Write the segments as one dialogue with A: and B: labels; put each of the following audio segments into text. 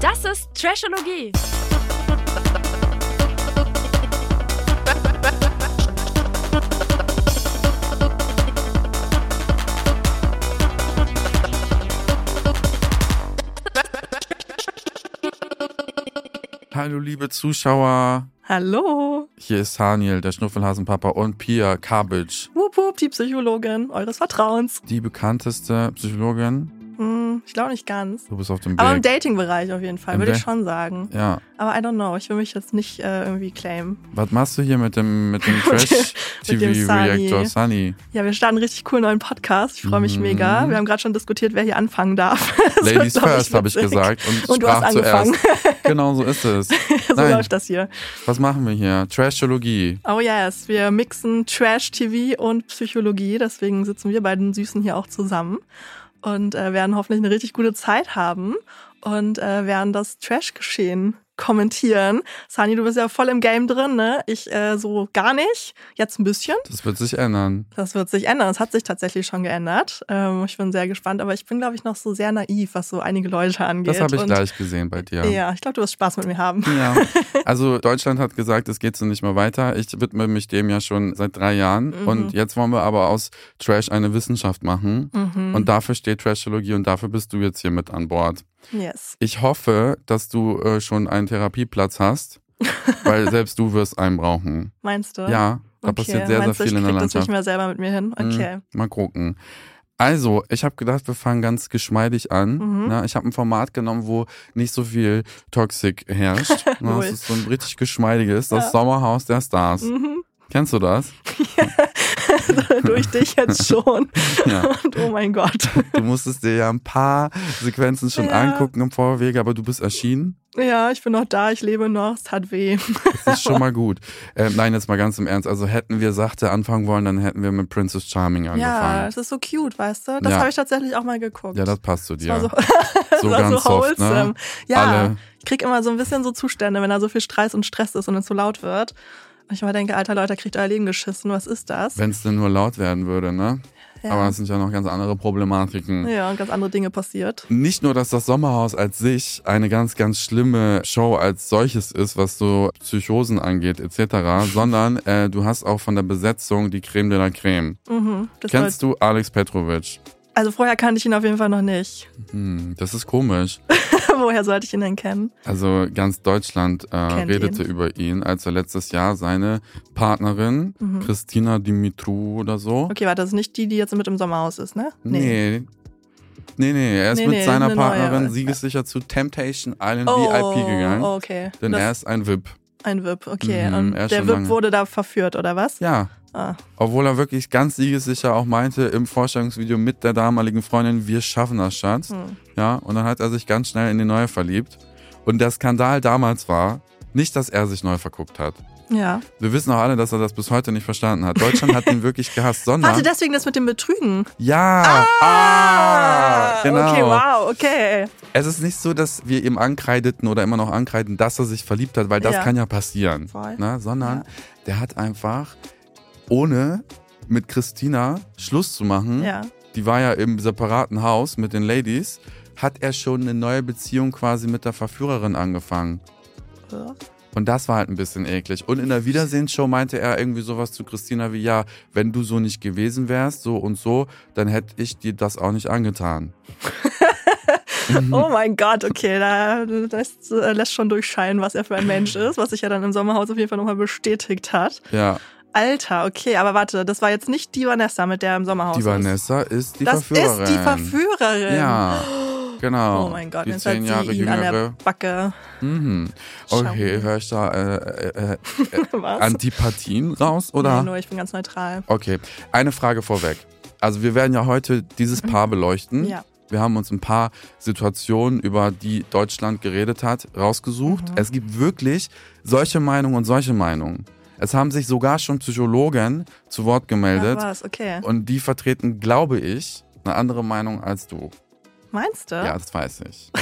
A: Das ist Trashologie.
B: Hallo liebe Zuschauer,
C: Hallo.
B: hier ist Haniel, der Schnuffelhasenpapa und Pia Cabbage,
C: Wup, wup, die Psychologin eures Vertrauens.
B: die bekannteste Psychologin.
C: Hm, ich glaube nicht ganz.
B: Du bist auf dem
C: Aber im
B: Weg.
C: Dating-Bereich auf jeden Fall,
B: Im
C: würde
B: Da-
C: ich schon sagen.
B: ja,
C: Aber I don't know, ich will mich jetzt nicht äh, irgendwie claimen.
B: was machst du hier mit dem mit dem
C: Mit dem-
B: Trash
C: mit dem
B: TV Reactor Sunny?
C: Ja, wir starten einen richtig coolen neuen Podcast. Ich freue mich
B: Mhm.
C: mega. Wir haben gerade schon diskutiert, wer hier anfangen darf. Das wird,
B: Ladies
C: glaub ich,
B: first, habe ich
C: witzig.
B: gesagt und,
C: Und du
B: sprach
C: hast angefangen.
B: zuerst. Genau so ist es.
C: so
B: Nein,
C: läuft das hier.
B: was machen wir hier? Trashologie.
C: Oh yes, wir mixen Trash-TV und Psychologie. Deswegen sitzen wir beiden Süßen hier auch zusammen und äh, werden hoffentlich eine richtig gute Zeit haben und äh, werden das Trash-Geschehen kommentieren. Sani, du bist ja voll im Game drin, ne? Ich äh, so gar nicht. Jetzt ein bisschen.
B: Das wird sich ändern.
C: Das wird sich ändern. Es hat sich tatsächlich schon geändert. Ähm, ich bin sehr gespannt, aber ich bin, glaube ich, noch so sehr naiv, was so einige Leute angeht.
B: Das habe ich
C: Und-
B: gleich gesehen bei dir.
C: Ja, ich glaube, du wirst Spaß mit mir haben.
B: Ja, also Deutschland hat gesagt, es geht so nicht mehr weiter. Ich widme mich dem ja schon seit drei Jahren.
C: Mhm.
B: Und jetzt wollen wir aber aus Trash eine Wissenschaft machen.
C: Mhm.
B: Und dafür steht Trashologie und dafür bist du jetzt hier mit an Bord.
C: Yes.
B: Ich hoffe, dass du äh, schon einen Therapieplatz hast, weil selbst du wirst einen brauchen.
C: Meinst du?
B: Ja, da
C: okay.
B: passiert sehr, sehr
C: Meinst du, ich
B: viel in der
C: krieg das nicht
B: Landschaft.
C: mehr selber mit mir hin? Okay.
B: Mhm, Mal gucken. Also, ich habe gedacht, wir fangen ganz geschmeidig an.
C: Mhm.
B: Ne? Ich habe ein Format genommen, wo nicht so viel Toxik herrscht. ne?
C: Null.
B: Das ist so ein richtig geschmeidiges, das Sommerhaus der Stars.
C: Mhm.
B: Kennst du das?
C: durch dich jetzt schon.
B: Ja.
C: Und oh mein Gott.
B: Du musstest dir ja ein paar Sequenzen schon
C: Ja.
B: angucken im Vorwege, aber du bist erschienen.
C: Ja, ich bin noch da, ich lebe noch, es hat weh.
B: Das ist schon mal gut. Ähm, nein, jetzt mal ganz im Ernst. Also hätten wir sachte anfangen wollen, dann hätten wir mit Princess Charming
C: Ja,
B: angefangen.
C: es ist so cute, weißt du? Das
B: Ja.
C: habe ich tatsächlich auch mal geguckt.
B: Ja, das passt zu dir.
C: war so, das
B: So
C: war
B: ganz
C: so
B: soft, ne?
C: wholesome. Ja,
B: Alle.
C: ich krieg immer so ein bisschen so Zustände, wenn da so viel Stress und Stress ist und es so laut wird. Und ich immer denke, alter Leute, da kriegt euer Leben geschissen, was ist das?
B: Wenn es denn nur laut werden würde, ne?
C: Ja.
B: Aber es sind ja noch ganz andere Problematiken.
C: ja, und ganz andere Dinge passiert.
B: Nicht nur, dass das Sommerhaus als sich eine ganz, ganz schlimme Show als solches ist, was so Psychosen angeht etc., sondern äh, du hast auch von der Besetzung die Creme de la Creme.
C: Oh Das
B: Kennst du Alex Petrovic?
C: war- also vorher kannte ich ihn auf jeden Fall noch nicht.
B: Hm, das ist komisch.
C: Woher sollte ich ihn denn kennen?
B: Also ganz Deutschland äh,
C: Kennt
B: redete
C: ihn.
B: über ihn, als er letztes Jahr seine Partnerin
C: Mhm.
B: Christina Dimitrou oder so.
C: Okay, warte, das ist nicht die, die jetzt mit im Sommerhaus ist, ne?
B: Nee. Nee, nee, er ist
C: Nee,
B: mit
C: nee,
B: seiner
C: eine neue.
B: Partnerin siegessicher zu Temptation Island
C: Oh,
B: VIP gegangen.
C: okay.
B: Denn
C: Das-
B: er ist ein VIP.
C: Ein VIP, okay.
B: Mhm, er
C: und
B: ist
C: der
B: schon
C: VIP
B: lange-
C: wurde da verführt, oder was?
B: Ja.
C: Ah.
B: Obwohl er wirklich ganz siegessicher auch meinte im Vorstellungsvideo mit der damaligen Freundin, wir schaffen das, Schatz.
C: Hm.
B: Ja, und dann hat er sich ganz schnell in die Neue verliebt. Und der Skandal damals war, nicht, dass er sich neu verguckt hat.
C: Ja.
B: Wir wissen auch alle, dass er das bis heute nicht verstanden hat. Deutschland hat ihn wirklich gehasst, sondern.
C: Warte, deswegen das mit dem Betrügen.
B: ja! Ah! Genau.
C: Okay, wow, okay.
B: Es ist nicht so, dass wir ihm ankreideten oder immer noch ankreiden, dass er sich verliebt hat, weil das
C: Ja.
B: kann ja passieren.
C: Voll.
B: Ne? Sondern der hat einfach, ohne mit Christina Schluss zu machen,
C: Ja.
B: die war ja im separaten Haus mit den Ladies, hat er schon eine neue Beziehung quasi mit der Verführerin angefangen. Und das war halt ein bisschen eklig. Und in der Wiedersehensshow meinte er irgendwie sowas zu Christina wie, ja, wenn du so nicht gewesen wärst, so und so, dann hätte ich dir das auch nicht angetan. Mhm.
C: Oh mein Gott, okay, da das, äh, lässt schon durchscheinen, was er für ein Mensch ist, was sich ja dann im Sommerhaus auf jeden Fall nochmal bestätigt hat.
B: Ja,
C: Alter, okay, aber warte, das war jetzt nicht die Vanessa, mit der er im Sommerhaus
B: die
C: ist.
B: Vanessa ist die
C: Das
B: Verführerin.
C: ist die Verführerin.
B: Ja. Genau.
C: Oh mein Gott,
B: die
C: jetzt
B: zehn
C: hat sie
B: Jahre
C: ihn an der
B: jüngere.
C: Backe.
B: Mhm. Okay, höre ich da äh, äh, äh,
C: Was?
B: Antipathien raus oder?
C: Nee, nur, ich bin ganz neutral.
B: Okay, eine Frage vorweg. Also wir werden ja heute dieses Paar beleuchten.
C: Mhm. Ja.
B: Wir haben uns ein paar Situationen, über die Deutschland geredet hat, rausgesucht.
C: Mhm.
B: Es gibt wirklich solche Meinungen und solche Meinungen. Es haben sich sogar schon Psychologen zu Wort
C: Ach
B: gemeldet
C: was, okay.
B: und die vertreten, glaube ich, eine andere Meinung als du.
C: Meinst du?
B: Ja, das weiß ich.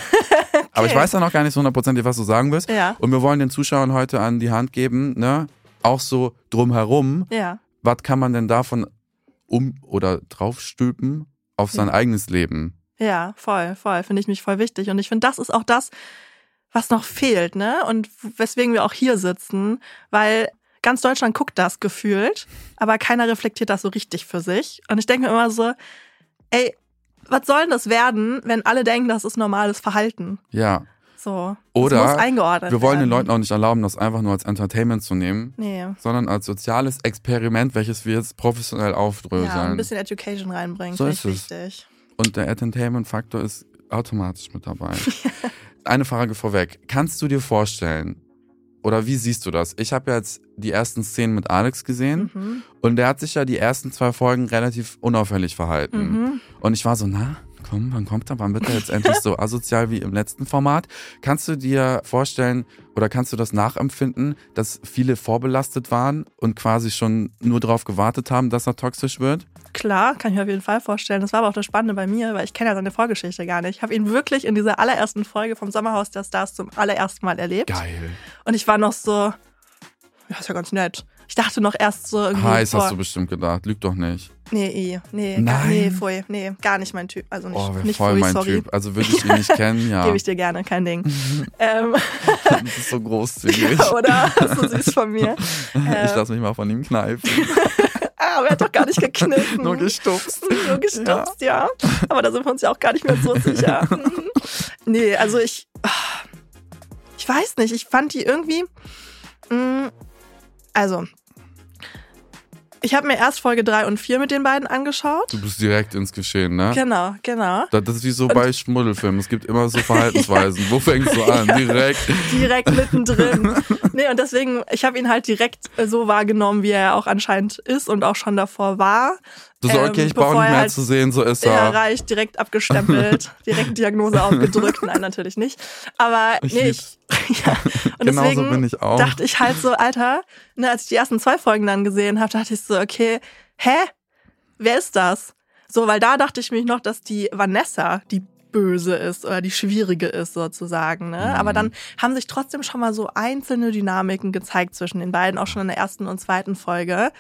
B: Aber ich weiß ja noch gar nicht so hundertprozentig, was du sagen willst.
C: Ja.
B: Und wir wollen den Zuschauern heute an die Hand geben, ne? Auch so drumherum,
C: Ja.
B: was kann man denn davon um oder draufstülpen auf sein eigenes Leben?
C: Ja, voll, voll. Finde ich mich voll wichtig. Und ich finde, das ist auch das, was noch fehlt, ne? Und weswegen wir auch hier sitzen, weil ganz Deutschland guckt das gefühlt, aber keiner reflektiert das so richtig für sich. Und ich denke mir immer so, ey, was soll denn das werden, wenn alle denken, das ist normales Verhalten?
B: Ja.
C: So.
B: Oder
C: das muss eingeordnet
B: wir wollen den
C: werden.
B: Leuten auch nicht erlauben, das einfach nur als Entertainment zu nehmen,
C: Nee.
B: sondern als soziales Experiment, welches wir jetzt professionell
C: Ja, ein
B: aufdröseln.
C: bisschen Education reinbringen,
B: So
C: finde
B: ist
C: ich
B: es.
C: wichtig.
B: Und der Entertainment-Faktor ist automatisch mit dabei. Eine Frage vorweg. Kannst du dir vorstellen, oder wie siehst du das? Ich habe ja jetzt die ersten Szenen mit Alex gesehen und der hat sich ja die ersten zwei Folgen relativ unauffällig verhalten. Und ich war so, na, komm, wann kommt er? Wann wird er jetzt endlich so asozial wie im letzten Format? Kannst du dir vorstellen oder kannst du das nachempfinden, dass viele vorbelastet waren und quasi schon nur darauf gewartet haben, dass er toxisch wird?
C: Klar, kann ich mir auf jeden Fall vorstellen. Das war aber auch das Spannende bei mir, weil ich kenne ja seine Vorgeschichte gar nicht. Ich habe ihn wirklich in dieser allerersten Folge vom Sommerhaus der Stars zum allerersten Mal erlebt.
B: Geil.
C: Und ich war noch so, ja, ist ja ganz nett. Ich dachte noch erst so irgendwie.
B: Heiß
C: Mhm. boah,
B: hast du bestimmt gedacht. Lüg doch nicht.
C: Nee, eh, nee,
B: Nein.
C: gar, nee, pfui, nee, gar nicht mein Typ. Also nicht,
B: Oh, wäre
C: nicht
B: voll
C: pfui,
B: mein
C: sorry.
B: Typ. Ah. Mhm. Also würde ich ihn nicht kennen, ja.
C: Gebe ich dir gerne, kein Ding. ähm,
B: Das ist so großzügig.
C: oder? So süß von mir.
B: Ich lasse mich mal von ihm kneifen.
C: Ah, aber er hat doch gar nicht gekniffen.
B: Nur gestupst.
C: so gestupst, ja. Aber da sind wir uns ja auch gar nicht mehr so sicher. Mhm. nee, also ich. Ich weiß nicht. Ich fand die irgendwie. mm, Also. Ich habe mir erst Folge 3 und 4 mit den beiden angeschaut.
B: Du bist direkt ins Geschehen, ne?
C: Genau, genau.
B: Das ist wie so bei Schmuddelfilmen. Es gibt immer so Verhaltensweisen. Wo fängst du an? Direkt.
C: Direkt mittendrin. Nee, und deswegen, ich habe ihn halt direkt äh, so wahrgenommen, wie er auch anscheinend ist und auch schon davor war.
B: Du so,
C: Ähm,
B: okay, ich
C: bevor
B: brauche nicht
C: er
B: mehr
C: halt-
B: zu sehen, so ist
C: Ja,
B: er.
C: reicht, direkt abgestempelt, direkt Diagnose aufgedrückt. Nein, natürlich nicht. Aber
B: Ich
C: nee,
B: lieb's.
C: ich, ja. Und
B: Genauso
C: deswegen
B: bin ich auch.
C: dachte ich halt so, Alter, ne, als ich die ersten zwei Folgen dann gesehen habe, dachte ich so, okay, hä? Wer ist das? So, weil da dachte ich mich noch, dass die Vanessa die böse ist oder die schwierige ist sozusagen. Ne? Aber
B: Mhm.
C: dann haben sich trotzdem schon mal so einzelne Dynamiken gezeigt zwischen den beiden, auch schon in der ersten und zweiten Folge,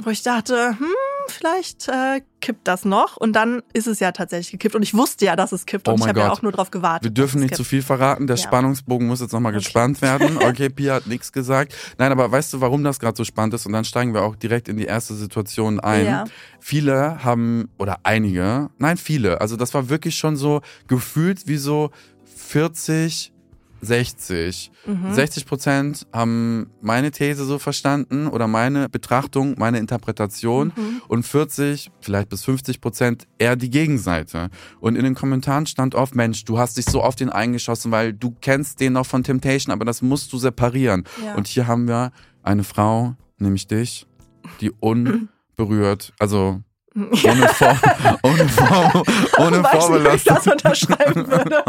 C: wo ich dachte, hm, vielleicht äh, kippt das noch. Und dann ist es ja tatsächlich gekippt. Und ich wusste ja, dass es kippt.
B: Oh
C: und ich
B: mein
C: habe ja
B: Gott.
C: auch nur drauf gewartet.
B: Wir dürfen
C: dass es
B: nicht zu
C: kippt.
B: viel verraten. Der
C: Ja.
B: Spannungsbogen muss jetzt nochmal gespannt werden. Okay, Pia hat nichts gesagt. Nein, aber weißt du, warum das gerade so spannend ist? Und dann steigen wir auch direkt in die erste Situation ein.
C: Ja.
B: Viele haben, oder einige, nein, viele. Also das war wirklich schon so gefühlt wie so 40, 60. 60 Prozent haben meine These so verstanden oder meine Betrachtung, meine Interpretation und 40, vielleicht bis 50 Prozent eher die Gegenseite. Und in den Kommentaren stand oft, Mensch, du hast dich so auf den eingeschossen, weil du kennst den noch von Temptation, aber das musst du separieren.
C: Ja.
B: Und hier haben wir eine Frau, nämlich dich, die unberührt, also ohne, Vor ohne, Vor ohne
C: Weiß nicht, ob ich
B: Vorbelastung
C: das unterschreiben würde.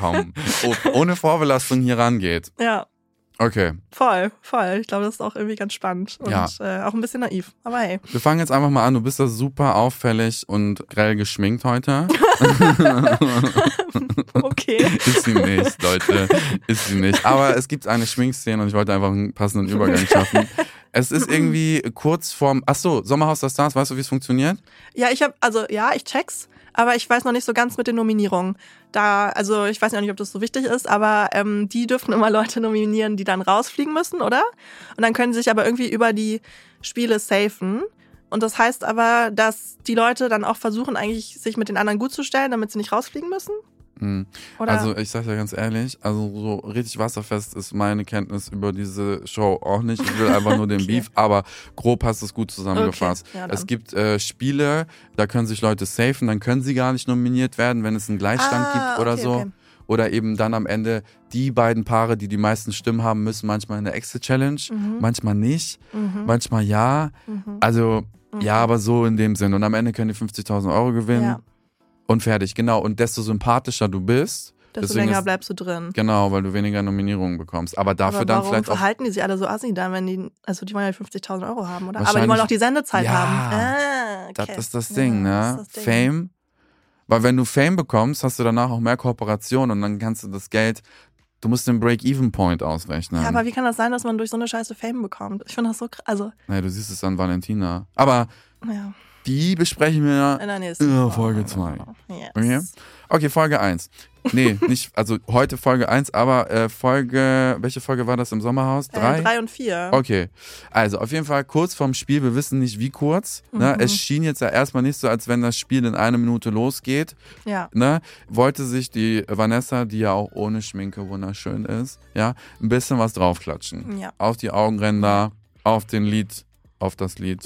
B: kaum, oh- ohne Vorbelastung hier rangeht.
C: Ja.
B: Okay,
C: Voll, voll. Ich glaube, das ist auch irgendwie ganz spannend und
B: Ja.
C: äh, auch ein bisschen naiv. Aber hey.
B: wir fangen jetzt einfach mal an. Du bist da super auffällig und grell geschminkt heute.
C: Okay.
B: Ist sie nicht, Leute. Ist sie nicht. Aber es gibt eine Schminkszene und ich wollte einfach einen passenden Übergang schaffen. Es ist irgendwie kurz vorm. Ach so, Sommerhaus der Stars, weißt du, wie es funktioniert?
C: Ja, ich habe, also ja, ich check's, aber ich weiß noch nicht so ganz mit den Nominierungen. Da, also ich weiß noch nicht, ob das so wichtig ist, aber ähm, die dürfen immer Leute nominieren, die dann rausfliegen müssen, oder? Und dann können sie sich aber irgendwie über die Spiele safen. Und das heißt aber, dass die Leute dann auch versuchen, eigentlich sich mit den anderen gut zu stellen, damit sie nicht rausfliegen müssen.
B: Mhm.
C: Oder
B: Also ich sage ja ganz ehrlich, also so richtig wasserfest ist meine Kenntnis über diese Show auch nicht. Ich will einfach nur den
C: Okay.
B: Beef, aber grob hast du es gut zusammengefasst.
C: Okay, ja, dann.
B: es gibt äh, Spiele, da können sich Leute safen, dann können sie gar nicht nominiert werden, wenn es einen Gleichstand
C: Ah,
B: gibt oder
C: okay,
B: so.
C: okay.
B: Oder eben dann am Ende die beiden Paare, die die meisten Stimmen haben, müssen manchmal in der Exit-Challenge,
C: Mhm.
B: manchmal nicht, manchmal ja. Also ja, aber so in dem Sinn. Und am Ende können die 50.000 Euro gewinnen.
C: Mhm. Ja.
B: Und fertig, genau. Und desto sympathischer du bist,
C: desto
B: deswegen
C: länger
B: ist,
C: bleibst du drin.
B: Genau, weil du weniger Nominierungen bekommst. Aber dafür
C: Aber
B: dann
C: warum
B: vielleicht auch.
C: verhalten die sich alle so assi dann, wenn die, also die wollen ja 50.000 Euro haben, oder? Aber die wollen
B: Wahrscheinlich-
C: auch die Sendezeit
B: Ja.
C: haben. Ah, okay.
B: Das ist das
C: Ja,
B: Ding, ne?
C: das ist das Ding.
B: Fame. Weil wenn du Fame bekommst, hast du danach auch mehr Kooperation und dann kannst du das Geld. Du musst den Break-Even-Point ausrechnen.
C: Ja, aber wie kann das sein, dass man durch so eine Scheiße Fame bekommt? Ich finde das so krass. Also,
B: naja, du siehst es an Valentina. Aber
C: ja,
B: die besprechen wir
C: in der nächsten
B: in der Folge 2.
C: Yes. Äh,
B: Okay. Okay, Folge 1. Nee, nicht, also heute Folge 1, aber äh, Folge, welche Folge war das im Sommerhaus?
C: Äh, drei und vier.
B: Okay, also auf jeden Fall kurz vorm Spiel, wir wissen nicht wie kurz. Ne? Es schien jetzt ja erstmal nicht so, als wenn das Spiel in einer Minute losgeht.
C: Ja.
B: Ne? Wollte sich die Vanessa, die ja auch ohne Schminke wunderschön ist, ja, ein bisschen was draufklatschen.
C: Ja.
B: Auf die Augenränder, auf den Lid, auf das Lid.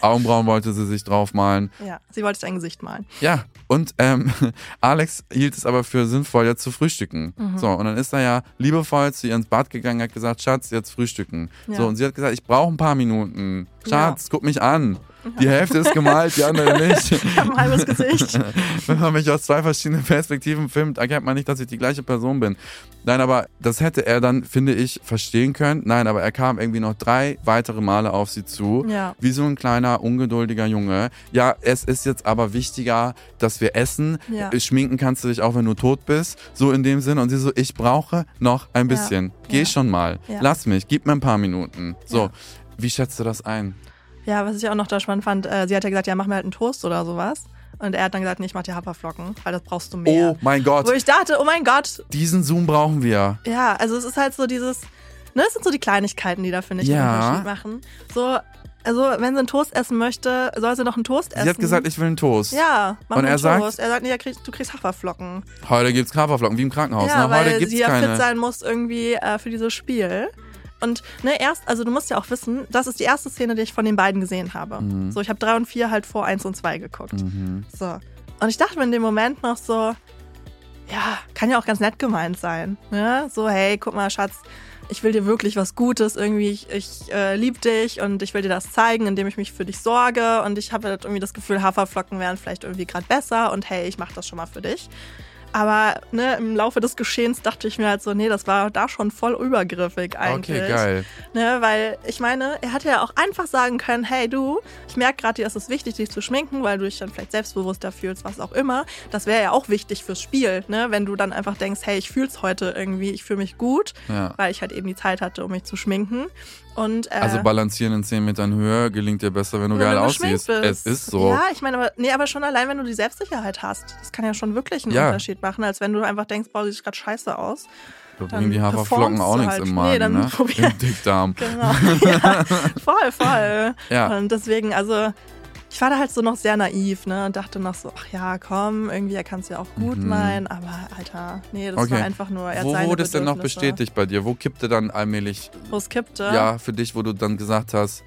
B: Augenbrauen wollte sie sich draufmalen.
C: ja. Sie wollte sich ein Gesicht malen.
B: Ja, und ähm, Alex hielt es aber für sinnvoll, jetzt zu frühstücken. So, und dann ist er ja liebevoll zu ihr ins Bad gegangen, hat gesagt, Schatz, jetzt frühstücken. So, und sie hat gesagt, ich brauche ein paar Minuten. Schatz, guck mich an. Die Hälfte ist gemalt, die andere nicht.
C: Ich habe ein halbes Gesicht.
B: Wenn man mich aus zwei verschiedenen Perspektiven filmt, erkennt man nicht, dass ich die gleiche Person bin. Nein, aber das hätte er dann, finde ich, verstehen können. Nein, aber er kam irgendwie noch drei weitere Male auf sie zu.
C: Ja.
B: Wie so ein kleiner, ungeduldiger Junge. Ja, es ist jetzt aber wichtiger, dass wir essen.
C: Ja.
B: Äh, Schminken kannst du dich auch, wenn du tot bist. So in dem Sinn. Und sie so, ich brauche noch ein bisschen. Geh schon mal.
C: Ja.
B: Lass mich. Gib mir ein paar Minuten. So. Wie schätzt du das ein?
C: Ja, was ich auch noch da spannend fand, äh, sie hat ja gesagt, ja, mach mir halt einen Toast oder sowas. Und er hat dann gesagt, nee, ich mach dir Haferflocken, weil das brauchst du mehr.
B: Oh mein Gott.
C: Wo ich dachte, oh mein Gott,
B: Diesen Zoom brauchen wir.
C: ja, also es ist halt so dieses, ne, es sind so die Kleinigkeiten, die da, finde ich,
B: Ja.
C: den Unterschied machen. So, also, wenn sie einen Toast essen möchte, soll sie noch einen Toast essen.
B: Sie hat gesagt, ich will einen Toast.
C: Ja, mach
B: Und
C: mir
B: er
C: einen
B: sagt-
C: Toast. er sagt, nee, er kriegt, du kriegst Haferflocken.
B: Heute gibt's Haferflocken, wie im Krankenhaus.
C: Ja,
B: ne? Heute
C: weil
B: gibt's
C: sie ja
B: keine.
C: fit sein muss irgendwie äh, für dieses Spiel. Und ne, erst, also du musst ja auch wissen, das ist die erste Szene, die ich von den beiden gesehen habe.
B: Mhm.
C: So, ich habe drei und vier halt vor eins und zwei geguckt. So. Und ich dachte mir in dem Moment noch so, ja, kann ja auch ganz nett gemeint sein. Ne? So, hey, guck mal, Schatz, ich will dir wirklich was Gutes. Irgendwie, ich, ich äh, liebe dich und ich will dir das zeigen, indem ich mich für dich sorge. Und ich habe halt irgendwie das Gefühl, Haferflocken wären vielleicht irgendwie gerade besser. Und hey, ich mache das schon mal für dich. Aber ne, im Laufe des Geschehens dachte ich mir halt so, nee, das war da schon voll übergriffig eigentlich.
B: Okay, geil.
C: Ne, weil ich meine, er hätte ja auch einfach sagen können, hey du, ich merke gerade, dir ist es wichtig, dich zu schminken, weil du dich dann vielleicht selbstbewusster fühlst, was auch immer. Das wäre ja auch wichtig fürs Spiel, ne? wenn du dann einfach denkst, hey, ich fühl's heute irgendwie, ich fühle mich gut,
B: Ja.
C: weil ich halt eben die Zeit hatte, um mich zu schminken. Und, äh,
B: Also balancieren in 10 Metern Höhe gelingt dir besser, wenn du
C: wenn
B: geil
C: du
B: aussiehst.
C: geschminkt
B: Es
C: bist.
B: ist so.
C: Ja, ich meine, aber, nee, aber schon allein, wenn du die Selbstsicherheit hast, das kann ja schon wirklich einen
B: Ja.
C: Unterschied machen, als wenn du einfach denkst, boah, sieht gerade scheiße aus.
B: da
C: dann
B: bringen die Haferflocken
C: performst
B: auch
C: du
B: nichts
C: halt.
B: im
C: Nee,
B: Magen,
C: dann
B: ne?
C: probier-
B: Im Dickdarm.
C: Genau. ja, voll, voll.
B: Ja.
C: Und deswegen, also, ich war da halt so noch sehr naiv, ne? Und dachte noch so, ach ja, komm, irgendwie, er kann es ja auch gut meinen, aber Alter, nee, das war einfach nur, er hat
B: Mhm. wo
C: seine
B: wurde es denn noch
C: Bedürfnisse.
B: bestätigt bei dir? Wo kippte dann allmählich,
C: Wo es kippte.
B: ja, für dich, wo du dann gesagt hast,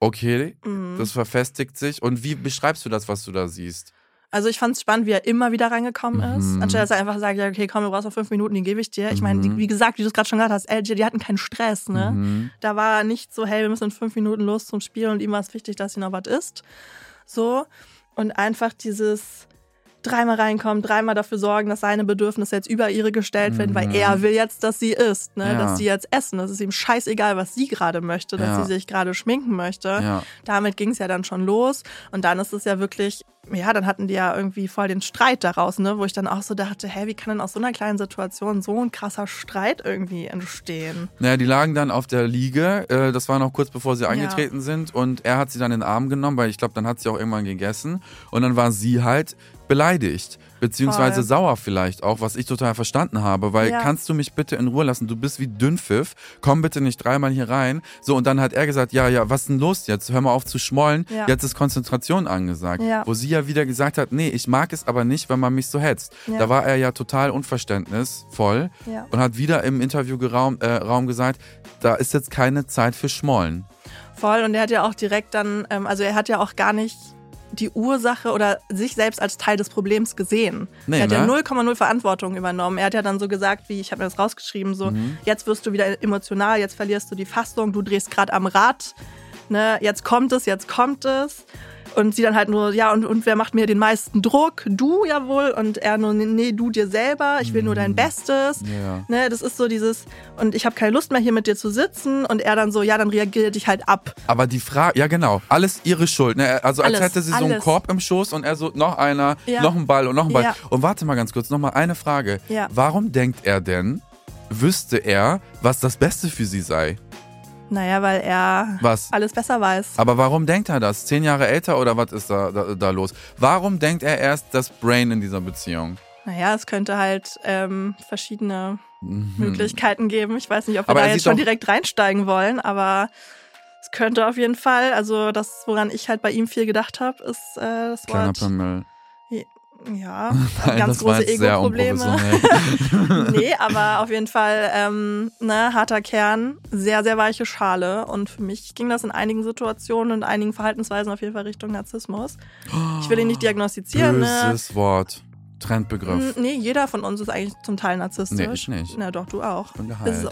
B: okay,
C: Mhm.
B: das verfestigt sich. Und wie beschreibst du das, was du da siehst?
C: Also ich fand es spannend, wie er immer wieder reingekommen
B: Mhm.
C: ist. Anstatt dass er einfach sagt, ja, okay, komm, du brauchst noch fünf Minuten, die gebe ich dir. Ich meine, die- wie gesagt, wie du es gerade schon gesagt hast, LG, die hatten keinen Stress, ne?
B: Mhm.
C: Da war nicht so, hey, wir müssen in fünf Minuten los zum Spiel und ihm war es wichtig, dass sie noch was isst. So. Und einfach dieses dreimal reinkommen, dreimal dafür sorgen, dass seine Bedürfnisse jetzt über ihre gestellt werden, weil er will jetzt, dass sie isst, ne?
B: Mhm. Ja.
C: dass sie jetzt essen. Das ist ihm scheißegal, was sie gerade möchte, dass
B: Ja.
C: sie sich gerade schminken möchte
B: Ja.
C: damit ging es ja dann schon los. Und dann ist es ja wirklich, ja, dann hatten die ja irgendwie voll den Streit daraus, ne? Wo ich dann auch so dachte, hä, wie kann denn aus so einer kleinen Situation so ein krasser Streit irgendwie entstehen?
B: Naja, die lagen dann auf der Liege. Äh, das war noch kurz bevor sie eingetreten sind. Und er hat sie dann in den Arm genommen, weil ich glaube, dann hat sie auch irgendwann gegessen. Und dann war sie halt beleidigt. Beziehungsweise
C: Voll.
B: sauer vielleicht auch, was ich total verstanden habe, weil
C: Ja.
B: kannst du mich bitte in Ruhe lassen? Du bist wie Dünnpfiff, komm bitte nicht dreimal hier rein. So, und dann hat er gesagt, ja, ja, was ist denn los jetzt? Hör mal auf zu schmollen,
C: Ja.
B: jetzt ist Konzentration angesagt.
C: Ja.
B: Wo sie ja wieder gesagt hat, nee, ich mag es aber nicht, wenn man mich so hetzt.
C: Ja.
B: Da war er ja total unverständnisvoll
C: Ja.
B: und hat wieder im Interview geraum, äh, Raum gesagt, da ist jetzt keine Zeit für Schmollen.
C: Voll, und er hat ja auch direkt dann, ähm, also er hat ja auch gar nicht die Ursache oder sich selbst als Teil des Problems gesehen.
B: Nee,
C: er hat ja
B: ne?
C: 0,0 Verantwortung übernommen. Er hat ja dann so gesagt, wie ich habe mir das rausgeschrieben, so
B: Mhm.
C: jetzt wirst du wieder emotional, jetzt verlierst du die Fassung, du drehst gerade am Rad, ne? Jetzt kommt es, jetzt kommt es. Und sie dann halt nur, ja, und, und wer macht mir den meisten Druck? Du ja wohl. Und er nur, nee, du dir selber. Ich will nur dein Bestes.
B: Mhm. Ja.
C: Ne, das ist so dieses, und ich habe keine Lust mehr hier mit dir zu sitzen. Und er dann so, ja, dann reagiere dich halt ab.
B: Aber die Frage, ja genau, alles ihre Schuld. Ne? Also als
C: Alles,
B: hätte sie so einen
C: alles.
B: Korb im Schoß und er so noch einer,
C: Ja.
B: noch ein Ball und noch ein Ball.
C: Ja.
B: Und warte mal ganz kurz, noch mal eine Frage.
C: Ja.
B: Warum denkt er denn, wüsste er, was das Beste für sie sei?
C: Naja, weil er
B: Was?
C: alles besser weiß.
B: Aber warum denkt er das? Zehn Jahre älter oder was ist da, da, da los? Warum denkt er erst das Brain in dieser Beziehung?
C: Naja, es könnte halt ähm, verschiedene Möglichkeiten geben. Ich weiß nicht, ob wir
B: Mhm. Aber
C: da
B: er
C: jetzt
B: sieht
C: schon
B: doch-
C: direkt reinsteigen wollen, aber es könnte auf jeden Fall, also das, woran ich halt bei ihm viel gedacht habe, ist äh, das
B: Kleiner
C: Wort,
B: Pimmel.
C: ja,
B: Nein,
C: ganz
B: das war
C: große
B: jetzt sehr
C: Ego-Probleme.
B: unprofessionell.
C: nee, aber auf jeden Fall, ähm, ne, harter Kern, sehr, sehr weiche Schale. Und für mich ging das in einigen Situationen und einigen Verhaltensweisen auf jeden Fall Richtung Narzissmus. Ich will ihn nicht diagnostizieren, ne? Mm,
B: Böses Wort. Trendbegriff.
C: N- Nee, jeder von uns ist eigentlich zum Teil narzisstisch.
B: Nee, ich nicht.
C: Na doch, du auch.
B: bin geheilt.
C: So.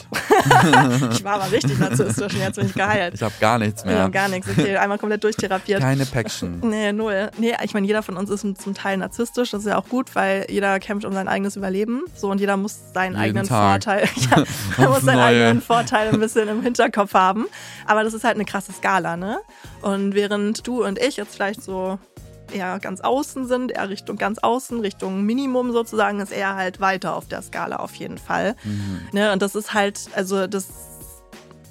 C: ich war aber richtig narzisstisch und jetzt bin ich geheilt.
B: Ich habe gar nichts
C: Ja,
B: mehr.
C: gar nichts. Okay, einmal komplett durchtherapiert.
B: Keine Päckchen.
C: Nee, null. Nee, ich meine, jeder von uns ist zum Teil narzisstisch. Das ist ja auch gut, weil jeder kämpft um sein eigenes Überleben. So und jeder muss seinen
B: Jeden
C: eigenen
B: Tag.
C: Vorteil, ja, man muss seinen
B: Neue.
C: eigenen Vorteil ein bisschen im Hinterkopf haben. Aber das ist halt eine krasse Skala, ne? Und während du und ich jetzt vielleicht so eher ganz außen sind, eher Richtung ganz außen, Richtung Minimum sozusagen, ist er halt weiter auf der Skala auf jeden Fall.
B: Mhm.
C: Ne? Und das ist halt, also das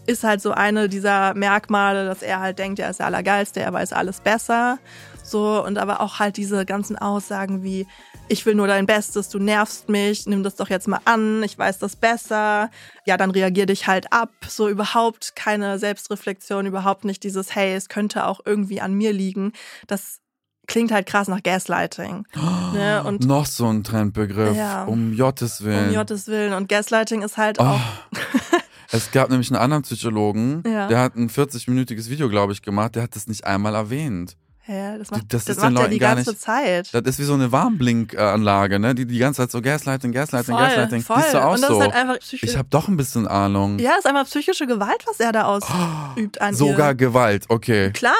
C: ist halt so eine dieser Merkmale, dass er halt denkt, er ist der Allergeilste, er weiß alles besser. So, und aber auch halt diese ganzen Aussagen wie, ich will nur dein Bestes, du nervst mich, nimm das doch jetzt mal an, ich weiß das besser. Ja, dann reagier dich halt ab. So überhaupt keine Selbstreflexion, überhaupt nicht dieses, hey, es könnte auch irgendwie an mir liegen. Das klingt halt krass nach Gaslighting. ne? Und
B: Noch so ein Trendbegriff.
C: Ja.
B: Um Jottes Willen.
C: um Gottes Willen. Und Gaslighting ist halt
B: Oh.
C: auch,
B: Es gab nämlich einen anderen Psychologen,
C: Ja.
B: der hat ein 40-minütiges Video, glaube ich, gemacht, der hat das nicht einmal erwähnt.
C: hä, das macht,
B: Das
C: das
B: ist den
C: macht er
B: Leuten
C: die
B: gar
C: ganze
B: nicht-
C: Zeit.
B: Das ist wie so eine Warnblinkanlage, ne? Die die ganze Zeit so Gaslighting, Gaslighting, Gaslighting.
C: Voll.
B: Siehst du auch
C: und das
B: so.
C: ist halt einfach psychisch.
B: ich habe doch ein bisschen Ahnung.
C: ja, ist einfach psychische Gewalt, was er da ausübt an
B: Oh, Sogar
C: ihr.
B: Gewalt, okay.
C: Klar.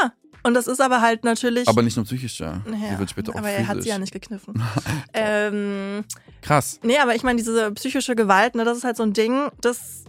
C: Und das ist aber halt natürlich.
B: Aber nicht nur psychische.
C: Naja,
B: Die wird später auch
C: aber
B: physisch.
C: er hat sie ja nicht gekniffen. ähm,
B: Krass.
C: nee, aber ich meine, diese psychische Gewalt, ne, das ist halt so ein Ding, das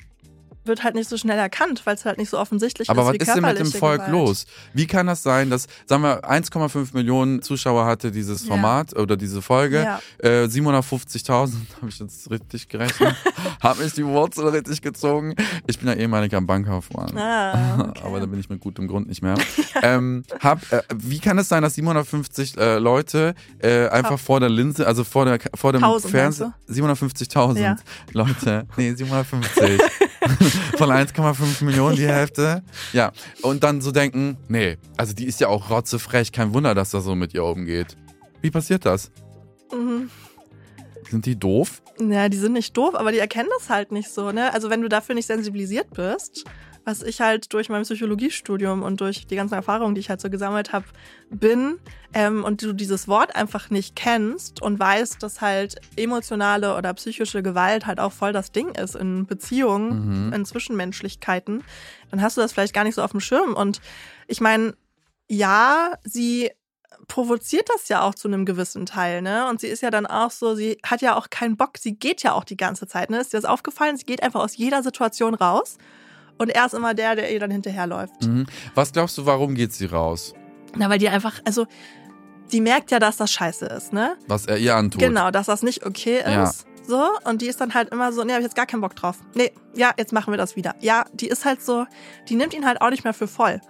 C: wird halt nicht so schnell erkannt, weil es halt nicht so offensichtlich
B: Aber
C: ist.
B: was
C: wie
B: ist denn mit dem
C: körperliche
B: Volk
C: Gewalt.
B: los? Wie kann das sein, dass, sagen wir, 1,5 Millionen Zuschauer hatte dieses
C: Ja.
B: Format oder diese Folge?
C: Ja.
B: Äh, 750.000, habe ich jetzt richtig gerechnet? habe ich die Wurzel richtig gezogen? Ich bin ja ehemaliger Bankkaufmann.
C: Ah, okay.
B: Aber da bin ich mit gutem Grund nicht mehr. ähm, hab, äh, wie kann es sein, dass 750 äh, Leute äh, einfach vor der Linse, also vor, der, vor dem
C: Tausend,
B: Fernsehen, 750.000
C: Ja.
B: Leute, nee, 750. Von 1,5 Millionen die Hälfte. Ja, und dann so denken, nee, also die ist ja auch rotzefrech, kein Wunder, dass da so mit ihr umgeht. Wie passiert das?
C: Mhm.
B: Sind die doof?
C: Ja, die sind nicht doof, aber die erkennen das halt nicht so, ne? Also wenn du dafür nicht sensibilisiert bist, was ich halt durch mein Psychologiestudium und durch die ganzen Erfahrungen, die ich halt so gesammelt habe, bin ähm, und du dieses Wort einfach nicht kennst und weißt, dass halt emotionale oder psychische Gewalt halt auch voll das Ding ist in Beziehungen, in Zwischenmenschlichkeiten, dann hast du das vielleicht gar nicht so auf dem Schirm. Und ich meine, ja, sie provoziert das ja auch zu einem gewissen Teil, ne? Und sie ist ja dann auch so, sie hat ja auch keinen Bock, sie geht ja auch die ganze Zeit, ne? Ist dir das aufgefallen? Sie geht einfach aus jeder Situation raus und er ist immer der, der ihr dann hinterherläuft.
B: Mhm. Was glaubst du, warum geht sie raus?
C: Na, weil die einfach, also, die merkt ja, dass das scheiße ist, ne?
B: Was er ihr antut?
C: Genau, dass das nicht okay ist.
B: Ja.
C: So, und die ist dann halt immer so, nee, hab ich jetzt gar keinen Bock drauf. Nee, ja, jetzt machen wir das wieder. Ja, die ist halt so, die nimmt ihn halt auch nicht mehr für voll.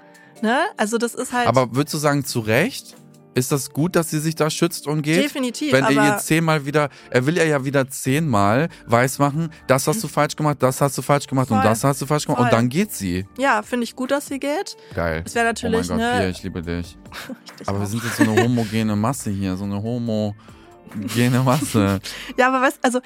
C: Ne? Also das ist halt.
B: Aber würdest du sagen, zu Recht? Ist das gut, dass sie sich da schützt und geht?
C: Definitiv,
B: Wenn er
C: aber-
B: ihr zehnmal wieder, er will ihr ja wieder zehnmal weismachen, das hast du falsch gemacht, das hast du falsch gemacht und
C: Voll.
B: das hast du falsch gemacht. Und
C: Voll.
B: dann geht sie.
C: Ja, finde ich gut, dass sie geht.
B: Geil.
C: Es wäre natürlich,
B: oh mein Gott,
C: ne-
B: Pia, ich liebe dich.
C: Ich
B: Aber wir
C: auch.
B: sind jetzt so eine homogene Masse hier, so eine homogene Masse.
C: Ja, aber weißt also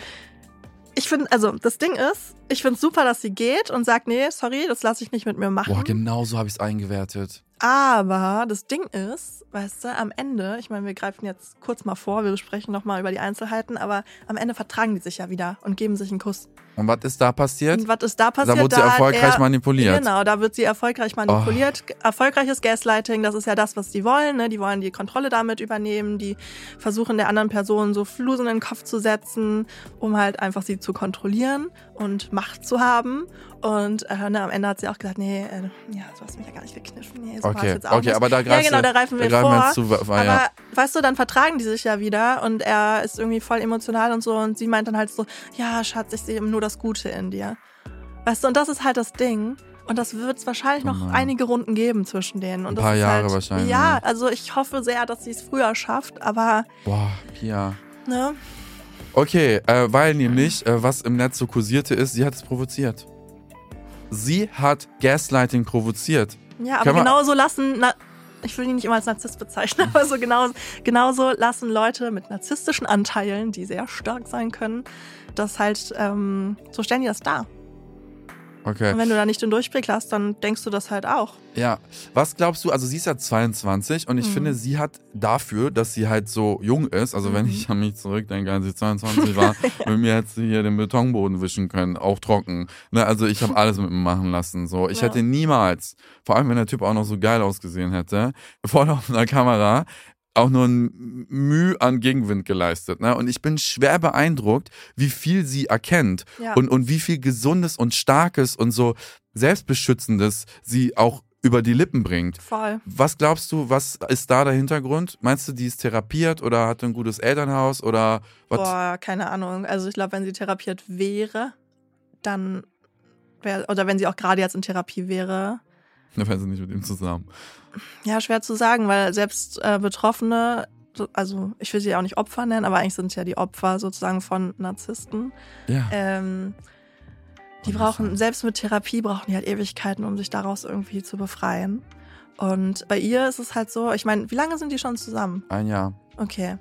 C: ich finde, also das Ding ist, ich finde es super, dass sie geht und sagt, nee, sorry, das lasse ich nicht mit mir machen.
B: Boah, genau so habe ich es eingewertet.
C: Aber das Ding ist, weißt du, am Ende, ich meine, wir greifen jetzt kurz mal vor, wir sprechen nochmal über die Einzelheiten, aber am Ende vertragen die sich ja wieder und geben sich einen Kuss.
B: Und was ist da passiert?
C: Und was ist da passiert?
B: da wurde sie
C: hat
B: erfolgreich
C: er-
B: manipuliert. Oh.
C: Genau, da wird sie erfolgreich manipuliert. Erfolgreiches Gaslighting, das ist ja das, was die wollen. Ne? Die wollen die Kontrolle damit übernehmen. Die versuchen der anderen Person so Flusen in den Kopf zu setzen, um halt einfach sie zu kontrollieren und Macht zu haben. Und äh, ne, am Ende hat sie auch gesagt, nee, äh, ja, du hast mich ja gar nicht gekniffen. Nee, so war's
B: Okay,
C: jetzt auch
B: okay,
C: nicht.
B: aber da
C: ja,
B: greifst
C: genau,
B: du-
C: da greifen wir
B: greifen
C: vor.
B: wir jetzt zu, weil- ja.
C: aber weißt du, dann vertragen die sich ja wieder und er ist irgendwie voll emotional und so und sie meint dann halt so, ja, Schatz, ich sehe nur das Gute in dir. Weißt du, und das ist halt das Ding. Und das wird es wahrscheinlich noch
B: Mann.
C: einige Runden geben zwischen denen. Und
B: Oh Ein
C: das
B: paar
C: ist
B: Jahre
C: halt,
B: wahrscheinlich.
C: Ja, also ich hoffe sehr, dass sie es früher schafft, aber
B: Boah, Pia.
C: ne,
B: Okay, äh, weil nämlich, äh, was im Netz so kursierte ist, sie hat es provoziert. Sie hat Gaslighting provoziert.
C: ja, aber
B: Können wir-
C: genauso lassen, na, ich will ihn nicht immer als Narzisst bezeichnen, aber so genau, genauso lassen Leute mit narzisstischen Anteilen, die sehr stark sein können, das halt, ähm, so stellen die das dar.
B: Okay.
C: Und wenn du da nicht den Durchblick hast, dann denkst du das halt auch.
B: Ja, was glaubst du? Also sie ist ja 22 und ich
C: Mhm.
B: finde, sie hat dafür, dass sie halt so jung ist, also wenn
C: Mhm.
B: ich an mich zurückdenke, als ich 22 war, mit mir hätte sie hier den Betonboden wischen können, auch trocken. Ne, also ich habe alles mit mir machen lassen. So, ich
C: Ja.
B: hätte niemals, vor allem wenn der Typ auch noch so geil ausgesehen hätte, vor laufender Kamera auch nur ein Mühe an Gegenwind geleistet. Ne? Und ich bin schwer beeindruckt, wie viel sie erkennt
C: Ja.
B: und, und wie viel Gesundes und Starkes und so Selbstbeschützendes sie auch über die Lippen bringt.
C: Voll.
B: Was glaubst du, was ist da der Hintergrund? Meinst du, die ist therapiert oder hat ein gutes Elternhaus oder was?
C: Boah, keine Ahnung. Also ich glaube, wenn sie therapiert wäre, dann wäre, oder wenn sie auch gerade jetzt in Therapie wäre,
B: Da weiß ich nicht mit ihm zusammen.
C: ja, schwer zu sagen, weil selbst äh, Betroffene, so- also ich will sie auch nicht Opfer nennen, aber eigentlich sind es ja die Opfer sozusagen von Narzissten.
B: Ja.
C: Ähm, die
B: Und
C: brauchen,
B: das-
C: selbst mit Therapie brauchen die halt Ewigkeiten, um sich daraus irgendwie zu befreien. Und bei ihr ist es halt so, ich meine, wie lange sind die schon zusammen?
B: Ein Jahr.
C: Okay.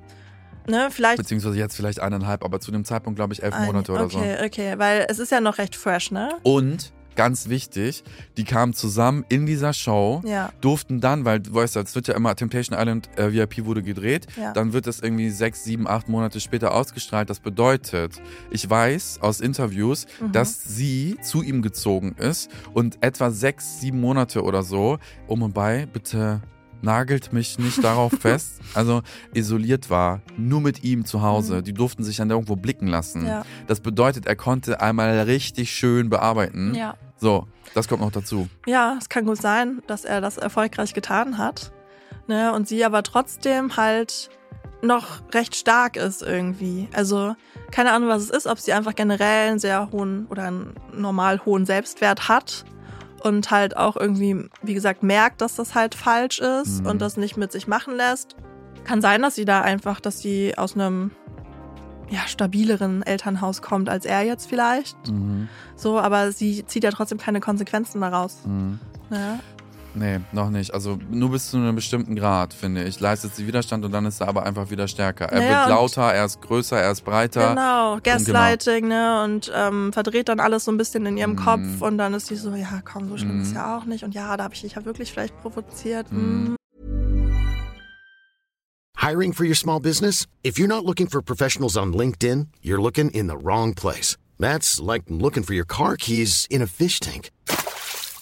C: Ne, vielleicht
B: Beziehungsweise jetzt vielleicht eineinhalb, aber zu dem Zeitpunkt glaube ich elf
C: Ein-
B: Monate oder so.
C: okay, Okay, weil es ist ja noch recht fresh, ne?
B: Und ganz wichtig, die kamen zusammen in dieser Show.
C: Ja.
B: Durften dann, weil du weißt, ja, es wird ja immer Temptation Island äh, VIP wurde gedreht,
C: Ja.
B: dann wird das irgendwie sechs, sieben, acht Monate später ausgestrahlt. Das bedeutet, ich weiß aus Interviews,
C: Mhm.
B: dass sie zu ihm gezogen ist und etwa sechs, sieben Monate oder so, um und bei, bitte nagelt mich nicht darauf fest, also isoliert war, nur mit ihm zu Hause.
C: Mhm.
B: Die durften sich dann irgendwo blicken lassen.
C: Ja.
B: Das bedeutet, er konnte einmal richtig schön bearbeiten.
C: ja.
B: So, das kommt noch dazu.
C: Ja, es kann gut sein, dass er das erfolgreich getan hat. Ne? Und sie aber trotzdem halt noch recht stark ist irgendwie. Also keine Ahnung, was es ist, ob sie einfach generell einen sehr hohen oder einen normal hohen Selbstwert hat und halt auch irgendwie, wie gesagt, merkt, dass das halt falsch ist
B: Mhm.
C: und das nicht mit sich machen lässt. Kann sein, dass sie da einfach, dass sie aus einem ja, stabileren Elternhaus kommt als er jetzt vielleicht.
B: Mhm.
C: So, aber sie zieht ja trotzdem keine Konsequenzen daraus.
B: Mhm.
C: Ne?
B: Nee, noch nicht. Also nur bis zu einem bestimmten Grad, finde ich. Leistet sie Widerstand und dann ist er aber einfach wieder stärker. Er
C: Naja,
B: wird
C: und-
B: lauter, er ist größer, er ist breiter.
C: Genau, Gaslighting, ne? Und ähm, verdreht dann alles so ein bisschen in ihrem
B: Mhm.
C: Kopf und dann ist sie so, ja, komm, so schlimm
B: Mhm.
C: ist ja auch nicht. Und ja, da habe ich dich ja wirklich vielleicht provoziert.
B: Mhm.
C: Mhm.
D: Hiring for your small business? If you're not looking for professionals on LinkedIn, you're looking in the wrong place. That's like looking for your car keys in a fish tank.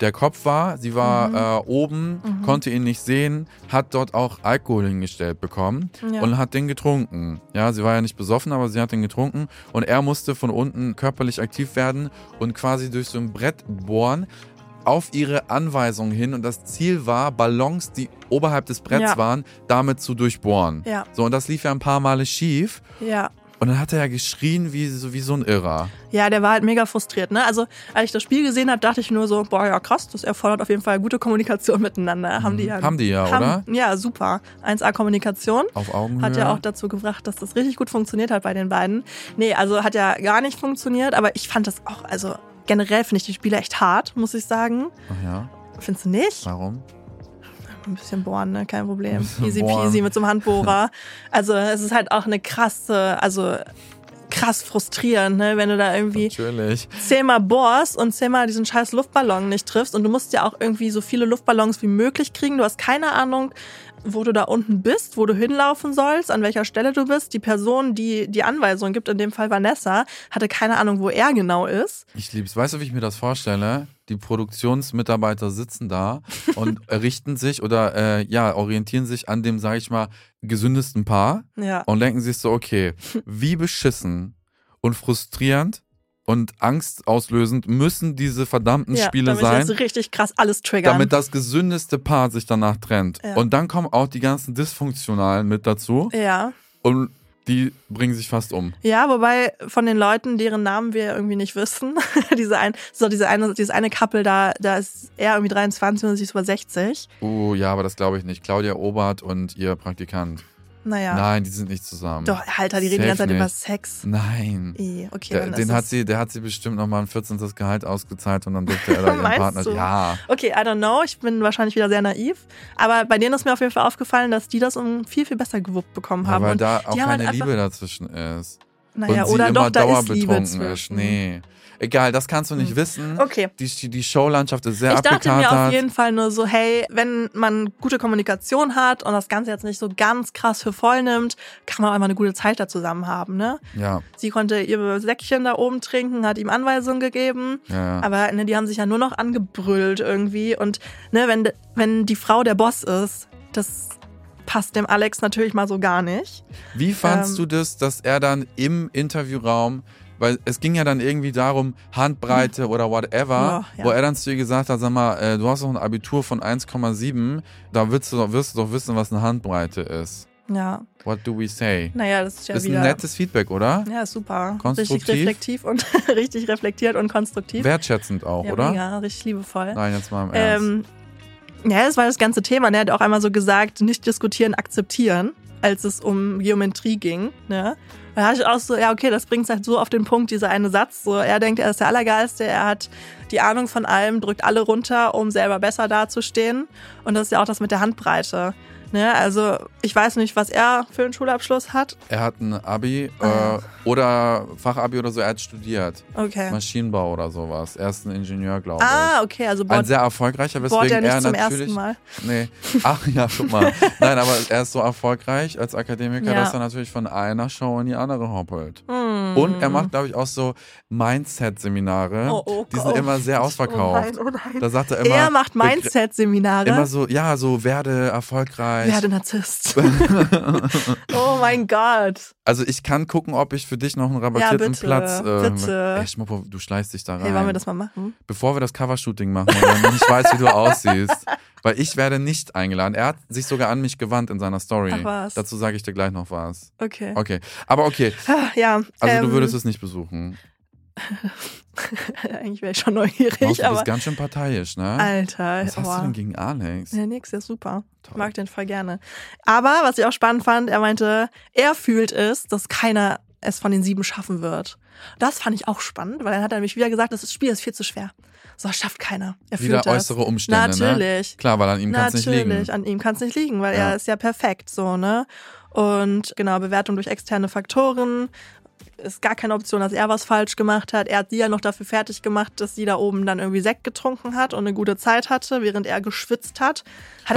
B: der Kopf war. Sie war
C: Mhm.
B: äh, oben, konnte ihn nicht sehen, hat dort auch Alkohol hingestellt bekommen
C: Ja.
B: und hat den getrunken. Ja, sie war ja nicht besoffen, aber sie hat den getrunken und er musste von unten körperlich aktiv werden und quasi durch so ein Brett bohren auf ihre Anweisung hin und das Ziel war, Ballons, die oberhalb des Bretts
C: Ja.
B: waren, damit zu durchbohren.
C: Ja.
B: So, und das lief ja ein paar Male schief.
C: Ja.
B: Und dann hat er ja geschrien wie so, wie so ein Irrer.
C: Ja, der war halt mega frustriert. Ne? Also, als ich das Spiel gesehen habe, dachte ich nur so, boah, ja krass, das erfordert auf jeden Fall gute Kommunikation miteinander. Haben die ja.
B: Mhm. Haben die ja,
C: haben- Ja, super. 1A Kommunikation.
B: Auf Augenhöhe.
C: Hat ja auch dazu gebracht, dass das richtig gut funktioniert hat bei den beiden. Nee, also hat ja gar nicht funktioniert, aber ich fand das auch, also generell finde ich die Spiele echt hart, muss ich sagen.
B: Ach ja,
C: Findest du nicht?
B: warum?
C: Ein bisschen bohren, ne? Kein
B: Ein
C: Problem.
B: bisschen
C: Easy
B: bohren.
C: peasy mit so einem Handbohrer. Also es ist halt auch eine krasse, also krass frustrierend, ne? Wenn du da irgendwie
B: Natürlich.
C: zehnmal bohrst und zehnmal diesen scheiß Luftballon nicht triffst und du musst ja auch irgendwie so viele Luftballons wie möglich kriegen. Du hast keine Ahnung, wo du da unten bist, wo du hinlaufen sollst, an welcher Stelle du bist. Die Person, die die Anweisung gibt, in dem Fall Vanessa, hatte keine Ahnung, wo er genau ist.
B: Ich lieb's. Weißt du, wie ich mir das vorstelle? Die Produktionsmitarbeiter sitzen da und richten sich oder äh, ja, orientieren sich an dem, sag ich mal, gesündesten Paar
C: Ja.
B: und denken sich so, okay, wie beschissen und frustrierend und angstauslösend müssen diese verdammten
C: ja,
B: Spiele
C: damit
B: sein.
C: Das richtig krass alles triggern.
B: damit das gesündeste Paar sich danach trennt.
C: Ja.
B: Und dann kommen auch die ganzen Dysfunktionalen mit dazu
C: ja.
B: und die bringen sich fast um.
C: Ja, wobei von den Leuten, deren Namen wir irgendwie nicht wissen, diese ein, so diese eine, dieses eine Couple da, da ist er irgendwie 23 und sie ist über 60.
B: Uh, ja, aber das glaube ich nicht. Claudia Obert und ihr Praktikant.
C: Naja.
B: Nein, die sind nicht zusammen.
C: Doch, Alter, die reden die
B: Safe
C: ganze Zeit über
B: nicht.
C: Sex.
B: Nein.
C: I, okay,
B: Der,
C: dann ist
B: den hat
C: es-
B: sie, der hat sie bestimmt nochmal ein 14. Gehalt ausgezahlt und dann durfte er da ihren
C: Meinst
B: Partner.
C: du?
B: Ja.
C: Okay, I don't know. Ich bin wahrscheinlich wieder sehr naiv. Aber bei denen ist mir auf jeden Fall aufgefallen, dass die das um viel, viel besser gewuppt bekommen
B: ja,
C: haben.
B: weil
C: Und
B: da auch
C: die haben
B: keine
C: halt einfach-
B: Liebe dazwischen ist.
C: naja,
B: und sie
C: oder
B: immer
C: doch, da ist Liebe
B: dauerbetrunken ist.
C: zwischen. Hm.
B: Nee. Egal, das kannst du nicht wissen.
C: Okay.
B: Die, die, die Showlandschaft ist sehr
C: Ich dachte mir auf
B: abgekatert.
C: jeden Fall nur so, hey, wenn man gute Kommunikation hat und das Ganze jetzt nicht so ganz krass für voll nimmt, kann man auch immer eine gute Zeit da zusammen haben, ne?
B: ja,
C: Sie konnte ihr Säckchen da oben trinken, hat ihm Anweisungen gegeben.
B: ja.
C: Aber ne, die haben sich ja nur noch angebrüllt irgendwie. Und ne, wenn, de- wenn die Frau der Boss ist, das passt dem Alex natürlich mal so gar nicht.
B: Wie fandst
C: Ähm,
B: du das, dass er dann im Interviewraum, weil es ging ja dann irgendwie darum, Handbreite oder whatever,
C: Ja, ja.
B: wo er dann zu ihr gesagt hat, sag mal, äh, du hast doch ein Abitur von 1,7, da wirst du, doch, wirst du doch wissen, was eine Handbreite ist.
C: Ja,
B: What do we say?
C: naja, das ist ja
B: ist ein
C: wieder.
B: nettes Feedback, oder?
C: ja, ist super.
B: Konstruktiv.
C: Richtig reflektiv und richtig reflektiert und konstruktiv.
B: Wertschätzend auch,
C: ja,
B: oder?
C: mega, richtig liebevoll.
B: Nein, jetzt mal im Ernst.
C: Ähm, ja, das war das ganze Thema. Ne? Er hat auch einmal so gesagt, nicht diskutieren, akzeptieren, als es um Geometrie ging. Ne? Da hatte ich auch so, ja, okay, das bringt es halt so auf den Punkt, dieser eine Satz. So, er denkt, er ist der Allergeilste, er hat die Ahnung von allem, drückt alle runter, um selber besser dazustehen. Und das ist ja auch das mit der Handbreite. Ne? Also, ich weiß nicht, was er für einen Schulabschluss hat.
B: er hat ein Abi äh,
C: Ah.
B: oder Fachabi oder so, er hat studiert.
C: Okay.
B: Maschinenbau oder sowas. Er ist ein Ingenieur, glaube ich.
C: Ah, okay, also
B: ein
C: bohrt,
B: sehr erfolgreicher,
C: bohrt
B: weswegen
C: er nicht
B: er
C: zum
B: natürlich.
C: ersten Mal.
B: Nee. Ach ja, guck mal. Nein, aber er ist so erfolgreich als Akademiker,
C: Ja.
B: dass er natürlich von einer Show in die andere hoppelt.
C: Hm.
B: Und er macht, glaube ich, auch so Mindset-Seminare.
C: Oh, oh
B: die sind
C: Gott.
B: immer sehr ausverkauft.
C: Oh nein, oh nein.
B: Da sagt er immer.
C: er macht
B: begr-
C: Mindset-Seminare.
B: Immer so, ja, so werde erfolgreich.
C: Werde Narzisst. oh mein Gott.
B: Also ich kann gucken, ob ich für dich noch einen rabattierten
C: Ja, bitte,
B: Platz. ähm,
C: bitte.
B: Ey, Schmuppo, du schleichst dich da rein.
C: Hey, wollen wir das mal machen?
B: Bevor wir das Covershooting machen, weil ich weiß, wie du aussiehst. Weil ich werde nicht eingeladen. Er hat sich sogar an mich gewandt in seiner Story.
C: Ach was.
B: Dazu sage ich dir gleich noch was.
C: Okay.
B: Okay. Aber okay,
C: Ah, Ja.
B: also du
C: ähm,
B: würdest es nicht besuchen.
C: Eigentlich wäre ich schon
B: Wow,
C: neugierig,
B: du
C: aber.
B: bist ganz schön parteiisch, ne?
C: Alter.
B: was hast
C: boah.
B: du denn gegen Alex?
C: Ja, nix, der ist super.
B: Toll.
C: Mag den voll gerne. Aber was ich auch spannend fand, er meinte, er fühlt es, dass keiner es von den sieben schaffen wird. Das fand ich auch spannend, weil dann hat er nämlich wieder gesagt, das Spiel ist viel zu schwer. So, das schafft keiner. Er
B: Wieder
C: fühlt das.
B: äußere Umstände,
C: Natürlich.
B: ne? Klar, weil an ihm kann es nicht liegen.
C: Natürlich, an ihm kann es nicht liegen, weil
B: Ja.
C: er ist ja perfekt, so, ne? Und genau, Bewertung durch externe Faktoren, ist gar keine Option, dass er was falsch gemacht hat. Er hat sie ja noch dafür fertig gemacht, dass sie da oben dann irgendwie Sekt getrunken hat und eine gute Zeit hatte, während er geschwitzt hat. Hat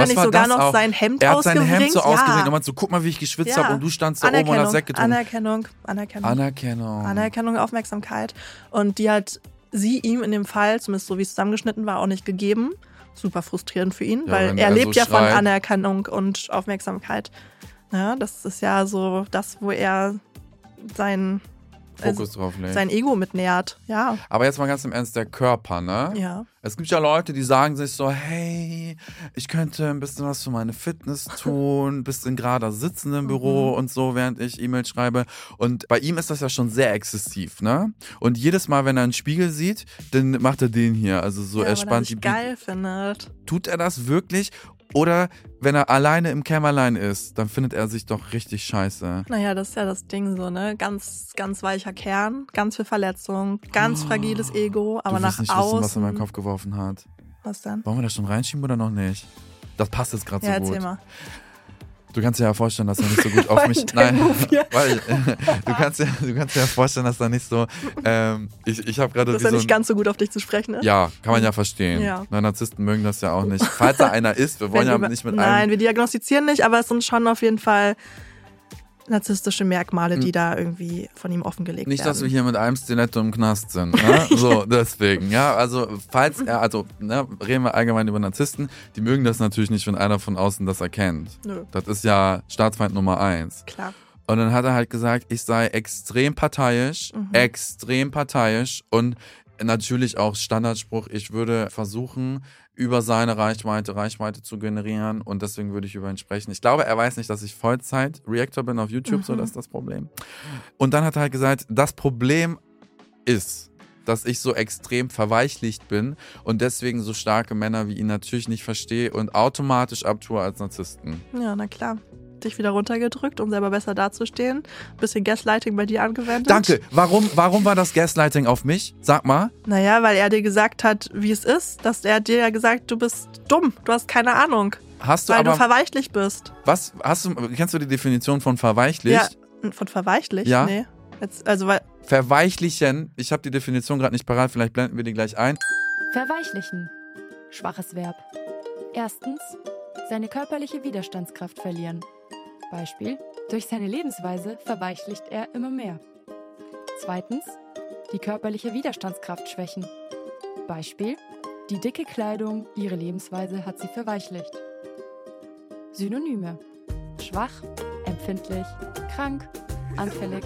B: Was
C: er nicht
B: war
C: sogar
B: das
C: noch
B: auch?
C: sein Hemd
B: Er hat sein
C: ausgewringt?
B: Hemd so
C: Ja.
B: ausgewringt und meint so, guck mal, wie ich geschwitzt
C: Ja.
B: habe und du standst da oben und hast Sekt getrunken.
C: Anerkennung, Anerkennung.
B: Anerkennung.
C: Anerkennung, Aufmerksamkeit. Und die hat sie ihm in dem Fall, zumindest so wie es zusammengeschnitten war, auch nicht gegeben. Super frustrierend für ihn,
B: Ja,
C: weil
B: wenn
C: er,
B: er so
C: lebt ja
B: schreit.
C: von Anerkennung und Aufmerksamkeit. Ja, das ist ja so das, wo er sein, also
B: Fokus drauf legen.
C: sein Ego mitnährt. Ja,
B: Aber jetzt mal ganz im Ernst, der Körper, ne?
C: ja.
B: Es gibt ja Leute, die sagen sich so, hey, ich könnte ein bisschen was für meine Fitness tun, ein bisschen gerader sitzen im
C: Mhm.
B: Büro und so, während ich E-Mail schreibe. Und bei ihm ist das ja schon sehr exzessiv, ne? Und jedes Mal, wenn er einen Spiegel sieht, dann macht er den hier. Also so,
C: ja,
B: er
C: weil er
B: spannt die
C: mich geil findet.
B: Tut er das wirklich? Oder wenn er alleine im Kämmerlein ist, dann findet er sich doch richtig scheiße.
C: Naja, das ist ja das Ding so, ne? Ganz, ganz weicher Kern, ganz viel Verletzung, ganz fragiles Ego, aber
B: Oh. du
C: nach
B: wirst nicht
C: außen.
B: wissen, was er in meinen Kopf geworfen hat.
C: Was denn?
B: Wollen wir das schon reinschieben oder noch nicht? Das passt jetzt gerade
C: ja,
B: so
C: erzähl
B: gut.
C: mal.
B: Du kannst dir ja vorstellen, dass er nicht so gut auf mich.
C: Dein Move hier.
B: weil äh, du kannst ja, du kannst dir ja vorstellen, dass er nicht so. Ähm, ich ich habe gerade
C: Dass
B: wie
C: er
B: so
C: nicht
B: ein-
C: ganz so gut auf dich zu sprechen ne? ist.
B: Ja, kann man ja verstehen.
C: Ja.
B: Na, Narzissten mögen das ja auch nicht. Falls da einer ist, wir wollen ja
C: Wenn wir-
B: nicht mit
C: Nein,
B: einem.
C: wir diagnostizieren nicht, aber es sind schon auf jeden Fall narzisstische Merkmale, die da irgendwie von ihm offengelegt
B: Hm. Nicht,
C: werden.
B: dass wir hier mit einem Stiletto im Knast sind. Ne? So, deswegen. Ja, also falls er, also ne, reden wir allgemein über Narzissten, die mögen das natürlich nicht, wenn einer von außen das erkennt.
C: Nö.
B: Das ist ja Staatsfeind Nummer eins.
C: Klar.
B: Und dann hat er halt gesagt, ich sei extrem parteiisch, extrem parteiisch und natürlich auch Standardspruch, ich würde versuchen, über seine Reichweite Reichweite zu generieren und deswegen würde ich über ihn sprechen. Ich glaube, er weiß nicht, dass ich Vollzeit-Reactor bin auf YouTube, so das ist das Problem. Und dann hat er halt gesagt, das Problem ist, dass ich so extrem verweichlicht bin und deswegen so starke Männer wie ihn natürlich nicht verstehe und automatisch abtue als Narzissten.
C: Ja, na klar. Dich wieder runtergedrückt, um selber besser dazustehen. Bisschen Gaslighting bei dir angewendet.
B: Danke. Warum, warum war das Gaslighting auf mich? Sag mal.
C: Naja, weil er dir gesagt hat, wie es ist, dass er dir ja gesagt, du bist dumm, du hast keine Ahnung,
B: Hast du
C: weil du
B: aber
C: verweichlich bist.
B: was hast du kennst du die Definition von verweichlicht?
C: Ja, von verweichlich?
B: Ja.
C: Nee. Jetzt, also, weil,
B: Verweichlichen, ich habe die Definition gerade nicht parat, vielleicht blenden wir die gleich ein.
E: Verweichlichen. Schwaches Verb. Erstens, seine körperliche Widerstandskraft verlieren. Beispiel, durch seine Lebensweise verweichlicht er immer mehr. Zweitens, die körperliche Widerstandskraft schwächen. Beispiel, die dicke Kleidung, ihre Lebensweise hat sie verweichlicht. Syonyme. Schwach, empfindlich, krank, anfällig.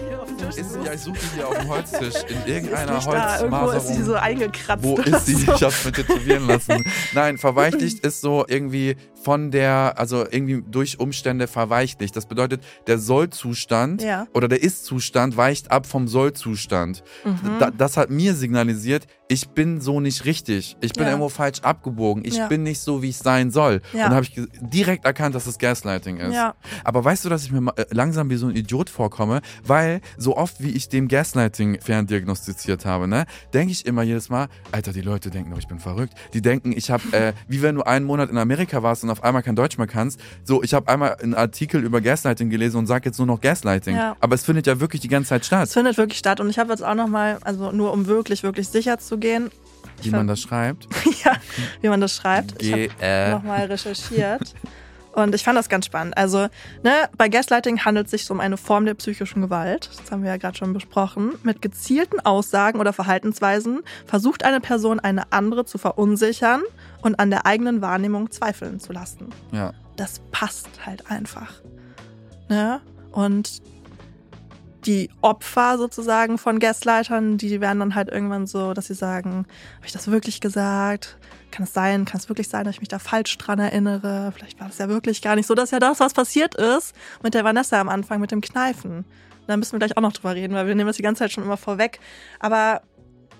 B: Ist, ja, ich suche die hier auf dem Holztisch in
C: sie ist
B: irgendeiner
C: nicht da. Irgendwo ist sie so
B: Holzmaserung.
C: eingekratzt.
B: Wo
C: oder
B: ist sie?
C: So.
B: Ich hab's mir tätowieren lassen. Nein, verweichlicht ist so irgendwie von der, also irgendwie durch Umstände verweichlicht. Das bedeutet, der Sollzustand
C: Ja.
B: oder der Ist-Zustand weicht ab vom Soll-Zustand.
C: Mhm.
B: Da, das hat mir signalisiert, ich bin so nicht richtig. Ich bin
C: Ja.
B: irgendwo falsch abgebogen. Ich
C: Ja.
B: bin nicht so, wie ich sein soll.
C: Ja.
B: Und da habe ich ge- direkt erkannt, dass es Gaslighting ist.
C: Ja.
B: Aber weißt du, dass ich mir ma- äh, langsam wie so ein Idiot vorkomme? Weil so oft, wie ich dem Gaslighting ferndiagnostiziert habe, ne, denke ich immer jedes Mal, Alter, die Leute denken, oh, ich bin verrückt. Die denken, ich habe, äh, wie wenn du einen Monat in Amerika warst und auf einmal kein Deutsch mehr kannst. So, ich habe einmal einen Artikel über Gaslighting gelesen und sage jetzt nur noch Gaslighting.
C: Ja.
B: Aber es findet ja wirklich die ganze Zeit
C: Es
B: statt,
C: findet wirklich statt und ich habe jetzt auch nochmal, also nur um wirklich, wirklich sicher zu gehen,
B: wie man das schreibt.
C: ja, wie man das schreibt.
B: G
C: Ich habe
B: äh,
C: nochmal recherchiert und ich fand das ganz spannend. Also ne, bei Gaslighting handelt es sich um eine Form der psychischen Gewalt, das haben wir ja gerade schon besprochen. Mit gezielten Aussagen oder Verhaltensweisen versucht eine Person, eine andere zu verunsichern und an der eigenen Wahrnehmung zweifeln zu lassen.
B: ja.
C: das passt halt einfach. Ne? Und die Opfer sozusagen von Gaslightern, die werden dann halt irgendwann so, dass sie sagen, habe ich das wirklich gesagt? Kann es sein? Kann es wirklich sein, dass ich mich da falsch dran erinnere? Vielleicht war es ja wirklich gar nicht so. Das ist ja das, was passiert ist mit der Vanessa am Anfang, mit dem Kneifen. Da müssen wir gleich auch noch drüber reden, weil wir nehmen das die ganze Zeit schon immer vorweg. Aber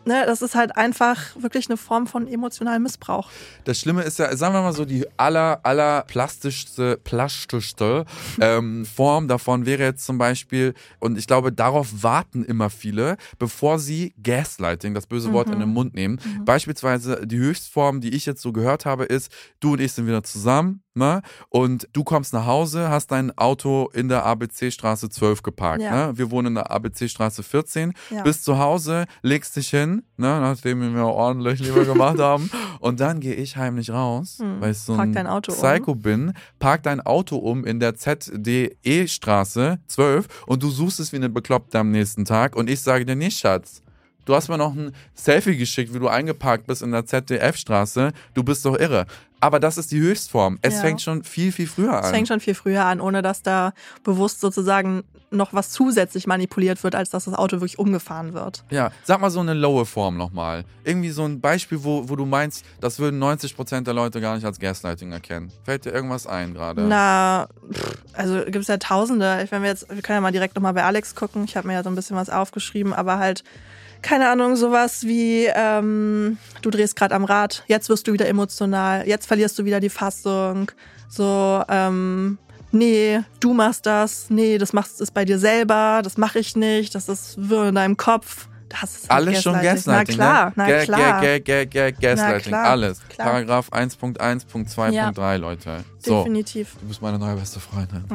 C: ne, das ist halt einfach wirklich eine Form von emotionalem Missbrauch.
B: Das Schlimme ist ja, sagen wir mal so, die aller, aller plastischste, plastischste ähm, Form davon wäre jetzt zum Beispiel, und ich glaube, darauf warten immer viele, bevor sie Gaslighting, das böse Wort, in den Mund nehmen. Beispielsweise die Höchstform, die ich jetzt so gehört habe, ist, du und ich sind wieder zusammen, Ne? Und du kommst nach Hause, hast dein Auto in der ABC-Straße 12 geparkt.
C: Ja.
B: Ne? Wir wohnen in der ABC-Straße 14.
C: Ja.
B: Bist zu Hause, legst dich hin, ne? nachdem wir mir ordentlich lieber gemacht haben. Und dann gehe ich heimlich raus,
C: Hm.
B: weil ich so
C: Park
B: ein
C: dein Auto um.
B: Psycho bin, park dein Auto um in der ZDE-Straße 12 und du suchst es wie eine Bekloppte am nächsten Tag. Und ich sage dir nicht, Schatz. Du hast mir noch ein Selfie geschickt, wie du eingeparkt bist in der ZDF-Straße. Du bist doch irre. Aber das ist die Höchstform. Es
C: Ja.
B: fängt schon viel, viel früher
C: Es
B: an.
C: fängt schon viel früher an, ohne dass da bewusst sozusagen noch was zusätzlich manipuliert wird, als dass das Auto wirklich umgefahren wird.
B: Ja, sag mal so eine lowe Form nochmal. Irgendwie so ein Beispiel, wo, wo du meinst, das würden 90% der Leute gar nicht als Gaslighting erkennen. Fällt dir irgendwas ein gerade?
C: Na, pff, also gibt es ja Tausende. Ich, wenn wir jetzt, wir können ja mal direkt nochmal bei Alex gucken. Ich habe mir ja so ein bisschen was aufgeschrieben, aber halt, keine Ahnung, sowas wie, ähm, du drehst gerade am Rad, jetzt wirst du wieder emotional, jetzt verlierst du wieder die Fassung. So, ähm, nee, du machst das, nee, das machst es bei dir selber, das mache ich nicht, das ist wirr in deinem Kopf. Das ist halt
B: Alles schon Gaslighting.
C: Na klar,
B: ne?
C: na
B: Ga-
C: klar.
B: Ga, ga, ga, ga,
C: Na
B: Gaslighting,
C: klar,
B: alles.
C: klar.
B: Paragraph 1.1.2.3, Leute. So,
C: Definitiv.
B: du bist meine neue beste Freundin.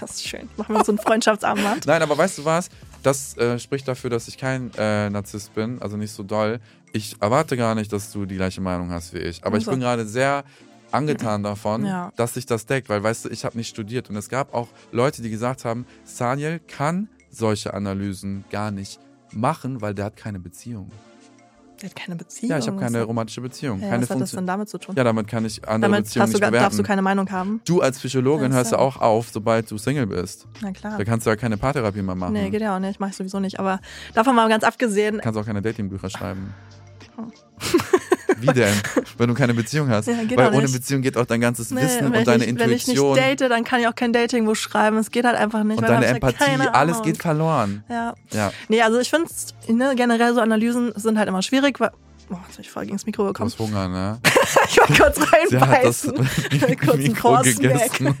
C: Das ist schön. Machen wir so ein Freundschaftsarmband.
B: Nein, aber weißt du was? Das äh, spricht dafür, dass ich kein äh, Narzisst bin, also nicht so doll. Ich erwarte gar nicht, dass du die gleiche Meinung hast wie ich. Aber ich
C: Also.
B: bin gerade sehr angetan davon,
C: Ja.
B: dass sich das deckt, weil weißt du, ich habe nicht studiert und es gab auch Leute, die gesagt haben, Saniel kann solche Analysen gar nicht machen, weil der hat keine Beziehung.
C: Der hat keine Beziehung.
B: Ja, ich habe keine
C: Was-
B: romantische Beziehung,
C: Ja,
B: keine
C: was hat das
B: Funktion.
C: denn damit zu tun?
B: Ja, damit kann ich andere
C: damit
B: Beziehungen
C: hast du,
B: nicht
C: gar-
B: bewerten.
C: darfst du keine Meinung haben.
B: du als Psychologin
C: Ja,
B: hörst ja
C: sorry.
B: auch auf, sobald du Single bist.
C: Na klar.
B: Da kannst du ja keine Paartherapie mehr machen.
C: Nee, geht ja auch nicht. Mach ich sowieso nicht. Aber davon mal ganz abgesehen.
B: kannst auch keine
C: Ah.
B: Datingbücher schreiben. Wie denn? Wenn du keine Beziehung hast.
C: Oh. Ja, geht
B: Weil
C: auch
B: ohne
C: nicht.
B: Beziehung geht auch dein ganzes
C: Nee,
B: Wissen
C: wenn
B: und deine
C: ich, nicht- Wenn ich nicht
B: Intuition
C: date, dann kann ich auch kein Datingbuch schreiben. Es geht halt einfach nicht.
B: und
C: weil da
B: deine
C: hab ich ja
B: Empathie.
C: keine
B: Alles
C: Ahnung.
B: geht verloren.
C: Ja.
B: Ja,
C: Nee, also ich finde ne, generell so Analysen sind halt immer schwierig, weil. Boah, jetzt bin ich voll gegen das Mikro
B: du
C: gekommen.
B: hast Hunger, ne?
C: ich wollte kurz
B: Sie hat das
C: reinbeißen.
B: Mikro,
C: Kurzen Croissant.
B: gegessen. Siehst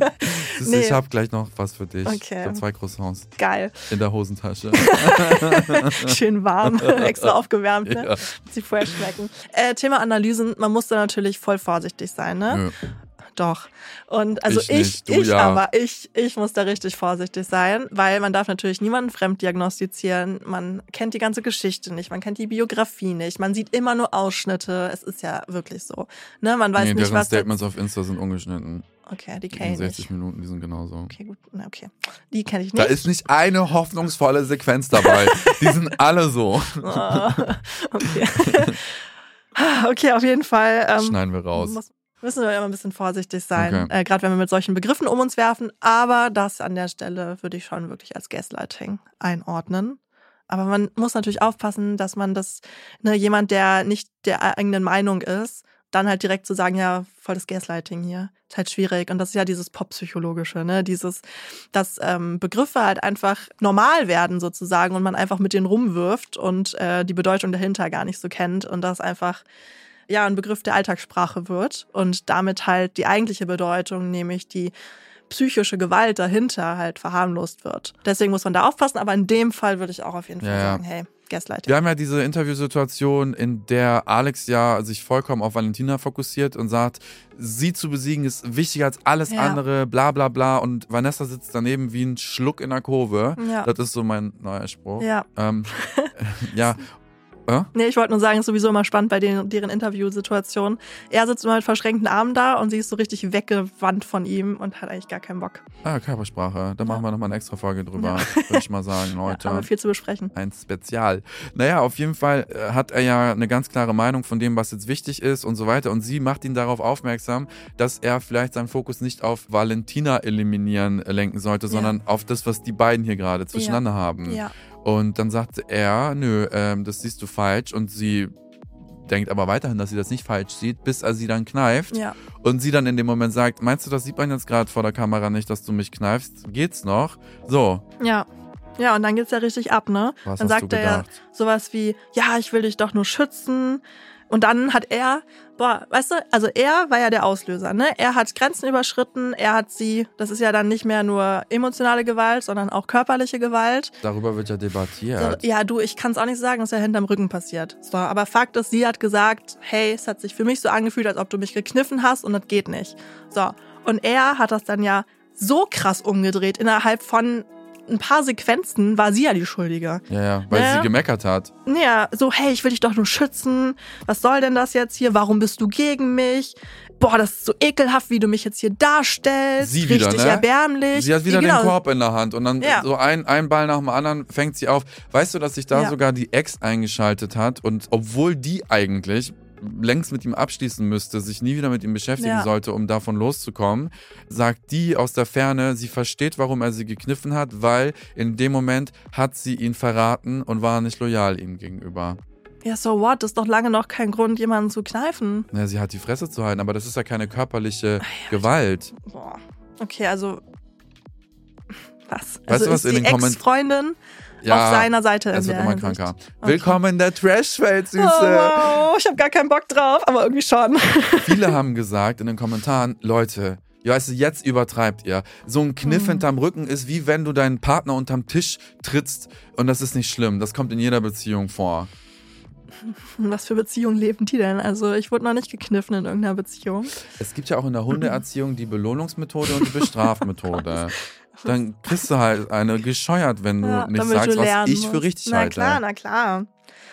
B: du, Ich
C: Nee.
B: habe gleich noch was für dich.
C: Okay.
B: Ich habe zwei Croissants
C: Geil.
B: in der Hosentasche.
C: Schön warm, extra aufgewärmt, ne?
B: Ja.
C: Dass sie vorher schmecken. Äh, Thema Analysen, man muss da natürlich voll vorsichtig sein, ne?
B: Nö.
C: Doch. Und also
B: Ich
C: ich,
B: nicht,
C: ich,
B: du ja.
C: aber ich, ich muss da richtig vorsichtig sein, weil man darf natürlich niemanden fremddiagnostizieren. Man kennt die ganze Geschichte nicht, man kennt die Biografie nicht, man sieht immer nur Ausschnitte. Es ist ja wirklich so. Ne, man weiß
B: nee,
C: nicht,
B: deren
C: was.
B: Statements auf Insta sind ungeschnitten.
C: okay, die
B: Die
C: kenne ich
B: 60
C: nicht.
B: Minuten, die sind genauso.
C: Okay, gut, na, okay. Die kenne ich
B: Da
C: nicht.
B: ist nicht eine hoffnungsvolle Sequenz dabei. die sind alle so.
C: Ah, okay. okay, auf jeden Fall. Ähm,
B: Schneiden wir raus.
C: Muss, müssen wir immer ein bisschen vorsichtig sein,
B: Okay.
C: äh, gerade wenn wir mit solchen Begriffen um uns werfen. Aber das an der Stelle würde ich schon wirklich als Gaslighting einordnen. Aber man muss natürlich aufpassen, dass man das, ne, jemand, der nicht der e-, eigenen Meinung ist, dann halt direkt zu sagen, ja, voll das Gaslighting hier, ist halt schwierig. Und das ist ja dieses Pop-Psychologische, ne? Dieses, dass ähm, Begriffe halt einfach normal werden sozusagen und man einfach mit denen rumwirft und äh, die Bedeutung dahinter gar nicht so kennt und das einfach ja ein Begriff der Alltagssprache wird und damit halt die eigentliche Bedeutung, nämlich die psychische Gewalt dahinter halt verharmlost wird. Deswegen muss man da aufpassen, aber in dem Fall würde ich auch auf jeden Fall
B: Ja, ja.
C: sagen, hey, Gaslighting.
B: Wir haben ja diese Interviewsituation, in der Alex ja sich vollkommen auf Valentina fokussiert und sagt, sie zu besiegen ist wichtiger als alles
C: Ja.
B: andere, bla bla bla. Und Vanessa sitzt daneben wie ein Schluck in der Kurve.
C: Ja.
B: Das ist so mein neuer Spruch.
C: Ja.
B: Ähm, ja. Äh?
C: Nee, ich wollte nur sagen, es ist sowieso immer spannend bei den, deren Interviewsituationen. Er sitzt immer mit verschränkten Armen da und sie ist so richtig weggewandt von ihm und hat eigentlich gar keinen Bock.
B: Ah, Körpersprache. Da machen wir nochmal eine extra Folge drüber, würde ich mal sagen, Leute.
C: Ja, aber viel zu besprechen.
B: ein Spezial. Naja, auf jeden Fall äh, hat er ja eine ganz klare Meinung von dem, was jetzt wichtig ist und so weiter. Und sie macht ihn darauf aufmerksam, dass er vielleicht seinen Fokus nicht auf Valentina eliminieren äh, lenken sollte, sondern auf das, was die beiden hier gerade zwischeneinander haben.
C: Ja.
B: Und dann sagt er, nö, ähm, das siehst du falsch. Und sie denkt aber weiterhin, dass sie das nicht falsch sieht, bis er sie dann kneift.
C: Ja.
B: Und sie dann in dem Moment sagt, meinst du, das sieht man jetzt gerade vor der Kamera nicht, dass du mich kneifst? Geht's noch? So,
C: Ja. Ja, und dann geht's ja richtig ab, ne?
B: Was
C: dann
B: hast
C: sagt
B: du
C: er ja
B: gedacht?
C: sowas wie, ja, ich will dich doch nur schützen, Und dann hat er, boah, weißt du, also er war ja der Auslöser, ne? Er hat Grenzen überschritten, er hat sie, das ist ja dann nicht mehr nur emotionale Gewalt, sondern auch körperliche Gewalt.
B: Darüber wird ja debattiert.
C: Ja, du, ich kann es auch nicht sagen, ist ja hinterm Rücken passiert. So, aber Fakt ist, sie hat gesagt, hey, es hat sich für mich so angefühlt, als ob du mich gekniffen hast und das geht nicht. So, und er hat das dann ja so krass umgedreht, innerhalb von ein paar Sequenzen war sie ja die Schuldige.
B: Ja, ja, weil
C: Ja.
B: sie gemeckert hat.
C: Ja, so, hey, ich will dich doch nur schützen. Was soll denn das jetzt hier? Warum bist du gegen mich? Boah, das ist so ekelhaft, wie du mich jetzt hier darstellst.
B: Sie wieder,
C: Richtig
B: ne?
C: erbärmlich.
B: Sie hat wieder
C: Ja, genau.
B: den Korb in der Hand und dann
C: Ja.
B: so ein, ein Ball nach dem anderen fängt sie auf. Weißt du, dass sich da
C: Ja.
B: sogar die Ex eingeschaltet hat und obwohl die eigentlich längst mit ihm abschließen müsste, sich nie wieder mit ihm beschäftigen
C: Ja.
B: sollte, um davon loszukommen, sagt die aus der Ferne, sie versteht, warum er sie gekniffen hat, weil in dem Moment hat sie ihn verraten und war nicht loyal ihm gegenüber.
C: Ja, so what? Das ist doch lange noch kein Grund, jemanden zu kneifen.
B: Ja, sie hat die Fresse zu halten, aber das ist ja keine
C: Ah
B: körperliche Gewalt.
C: Boah. Okay, also. Was?
B: Weißt
C: also
B: du, was
C: ist
B: in
C: die
B: den Komment-
C: Ex-Freundin
B: Ja,
C: auf seiner Seite.
B: Es
C: in
B: wird
C: der
B: immer
C: Hinsicht.
B: kranker.
C: Okay.
B: Willkommen in der Trashwelt,
C: Oh,
B: Süße.
C: wow, ich habe gar keinen Bock drauf, aber irgendwie schon.
B: Viele haben gesagt in den Kommentaren, Leute, ja, weißt du, jetzt übertreibt ihr. So ein Kniff
C: Mhm.
B: hinterm Rücken ist wie wenn du deinen Partner unterm Tisch trittst und das ist nicht schlimm. Das kommt in jeder Beziehung vor.
C: In Was für Beziehungen leben die denn? Also, ich wurde noch nicht gekniffen in irgendeiner Beziehung.
B: Es gibt ja auch in der Hundeerziehung die Belohnungsmethode und die Bestrafmethode. Dann kriegst du halt eine gescheuert, wenn du
C: Ja,
B: nicht
C: damit
B: sagst,
C: du
B: was
C: lernen
B: ich für
C: musst.
B: richtig
C: na
B: halte.
C: klar, na klar.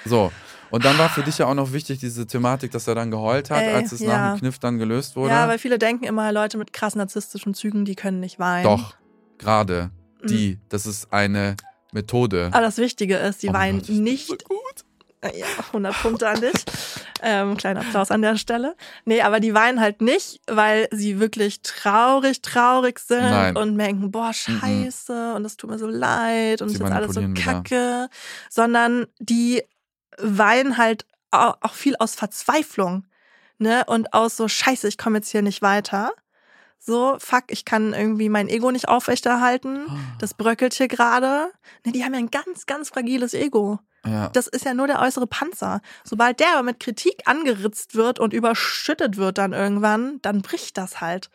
B: So. Und dann war für dich ja auch noch wichtig, diese Thematik, dass er dann geheult hat,
C: Ey,
B: als es nach
C: ja.
B: dem Kniff dann gelöst wurde.
C: Ja, weil viele denken immer, Leute mit krass narzisstischen Zügen, die können nicht weinen.
B: Doch, gerade
C: Mhm.
B: die, das ist eine Methode.
C: Aber Ah, das Wichtige ist, sie
B: Oh mein
C: weinen
B: Gott, ich bin
C: nicht. Äh, Ja, 100 Punkte an dich. Ähm, kleiner Applaus an der Stelle. Nee, aber die weinen halt nicht, weil sie wirklich traurig, traurig sind
B: Nein. Mhm.
C: und merken, boah, scheiße und das tut mir so leid und
B: Sie
C: es ist jetzt alles so
B: manipulieren wieder.
C: kacke. Sondern die weinen halt au- auch viel aus Verzweiflung ne? und aus so, scheiße, ich komme jetzt hier nicht weiter. So, fuck, ich kann irgendwie mein Ego nicht aufrechterhalten.
B: Ah.
C: Das bröckelt hier gerade. Ne, die haben ja ein ganz, ganz fragiles Ego.
B: Ja.
C: Das ist ja nur der äußere Panzer. Sobald der aber mit Kritik angeritzt wird und überschüttet wird dann irgendwann, dann bricht das halt.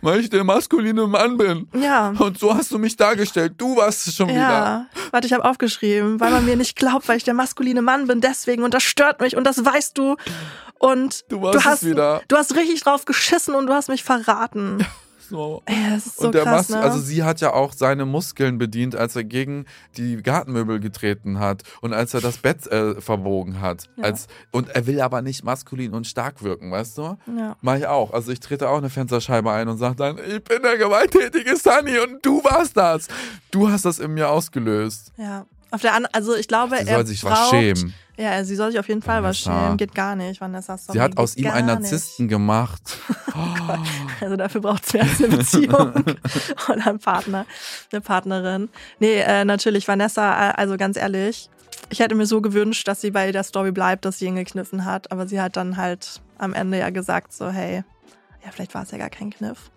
B: Weil ich der maskuline Mann bin.
C: Ja.
B: Und so hast du mich dargestellt. Du warst es schon wieder.
C: Ja, warte, ich habe aufgeschrieben, weil man mir nicht glaubt, weil ich der maskuline Mann bin, deswegen und das stört mich und das weißt du und
B: Du warst es
C: hast
B: wieder.
C: du hast richtig drauf geschissen und du hast mich verraten.
B: So.
C: Ey, das ist so
B: und der Mas-
C: krass, ne?
B: also sie hat ja auch seine Muskeln bedient, als er gegen die Gartenmöbel getreten hat und als er das Bett äh, verbogen hat. Als, und er will aber nicht maskulin und stark wirken, weißt du?
C: Ja.
B: Mach ich auch. Also ich trete auch eine Fensterscheibe ein und sage dann, ich bin der gewalttätige Sunny und du warst das. Du hast das in mir ausgelöst.
C: ja. Auf der anderen, also ich glaube,
B: Sie
C: er
B: soll sich
C: braucht,
B: was schämen.
C: Ja, sie soll sich auf jeden Fall was
B: Vanessa.
C: schämen. Geht gar nicht, Vanessa. Sorry,
B: Sie hat
C: geht
B: aus ihm
C: gar
B: einen
C: nicht.
B: Narzissten gemacht.
C: Also dafür braucht es mehr als eine Beziehung oder einen Partner, eine Partnerin. Nee, äh, natürlich, Vanessa, äh, also ganz ehrlich, ich hätte mir so gewünscht, dass sie bei der Story bleibt, dass sie ihn gekniffen hat, aber sie hat dann halt am Ende ja gesagt, so, hey, ja, vielleicht war es ja gar kein Kniff.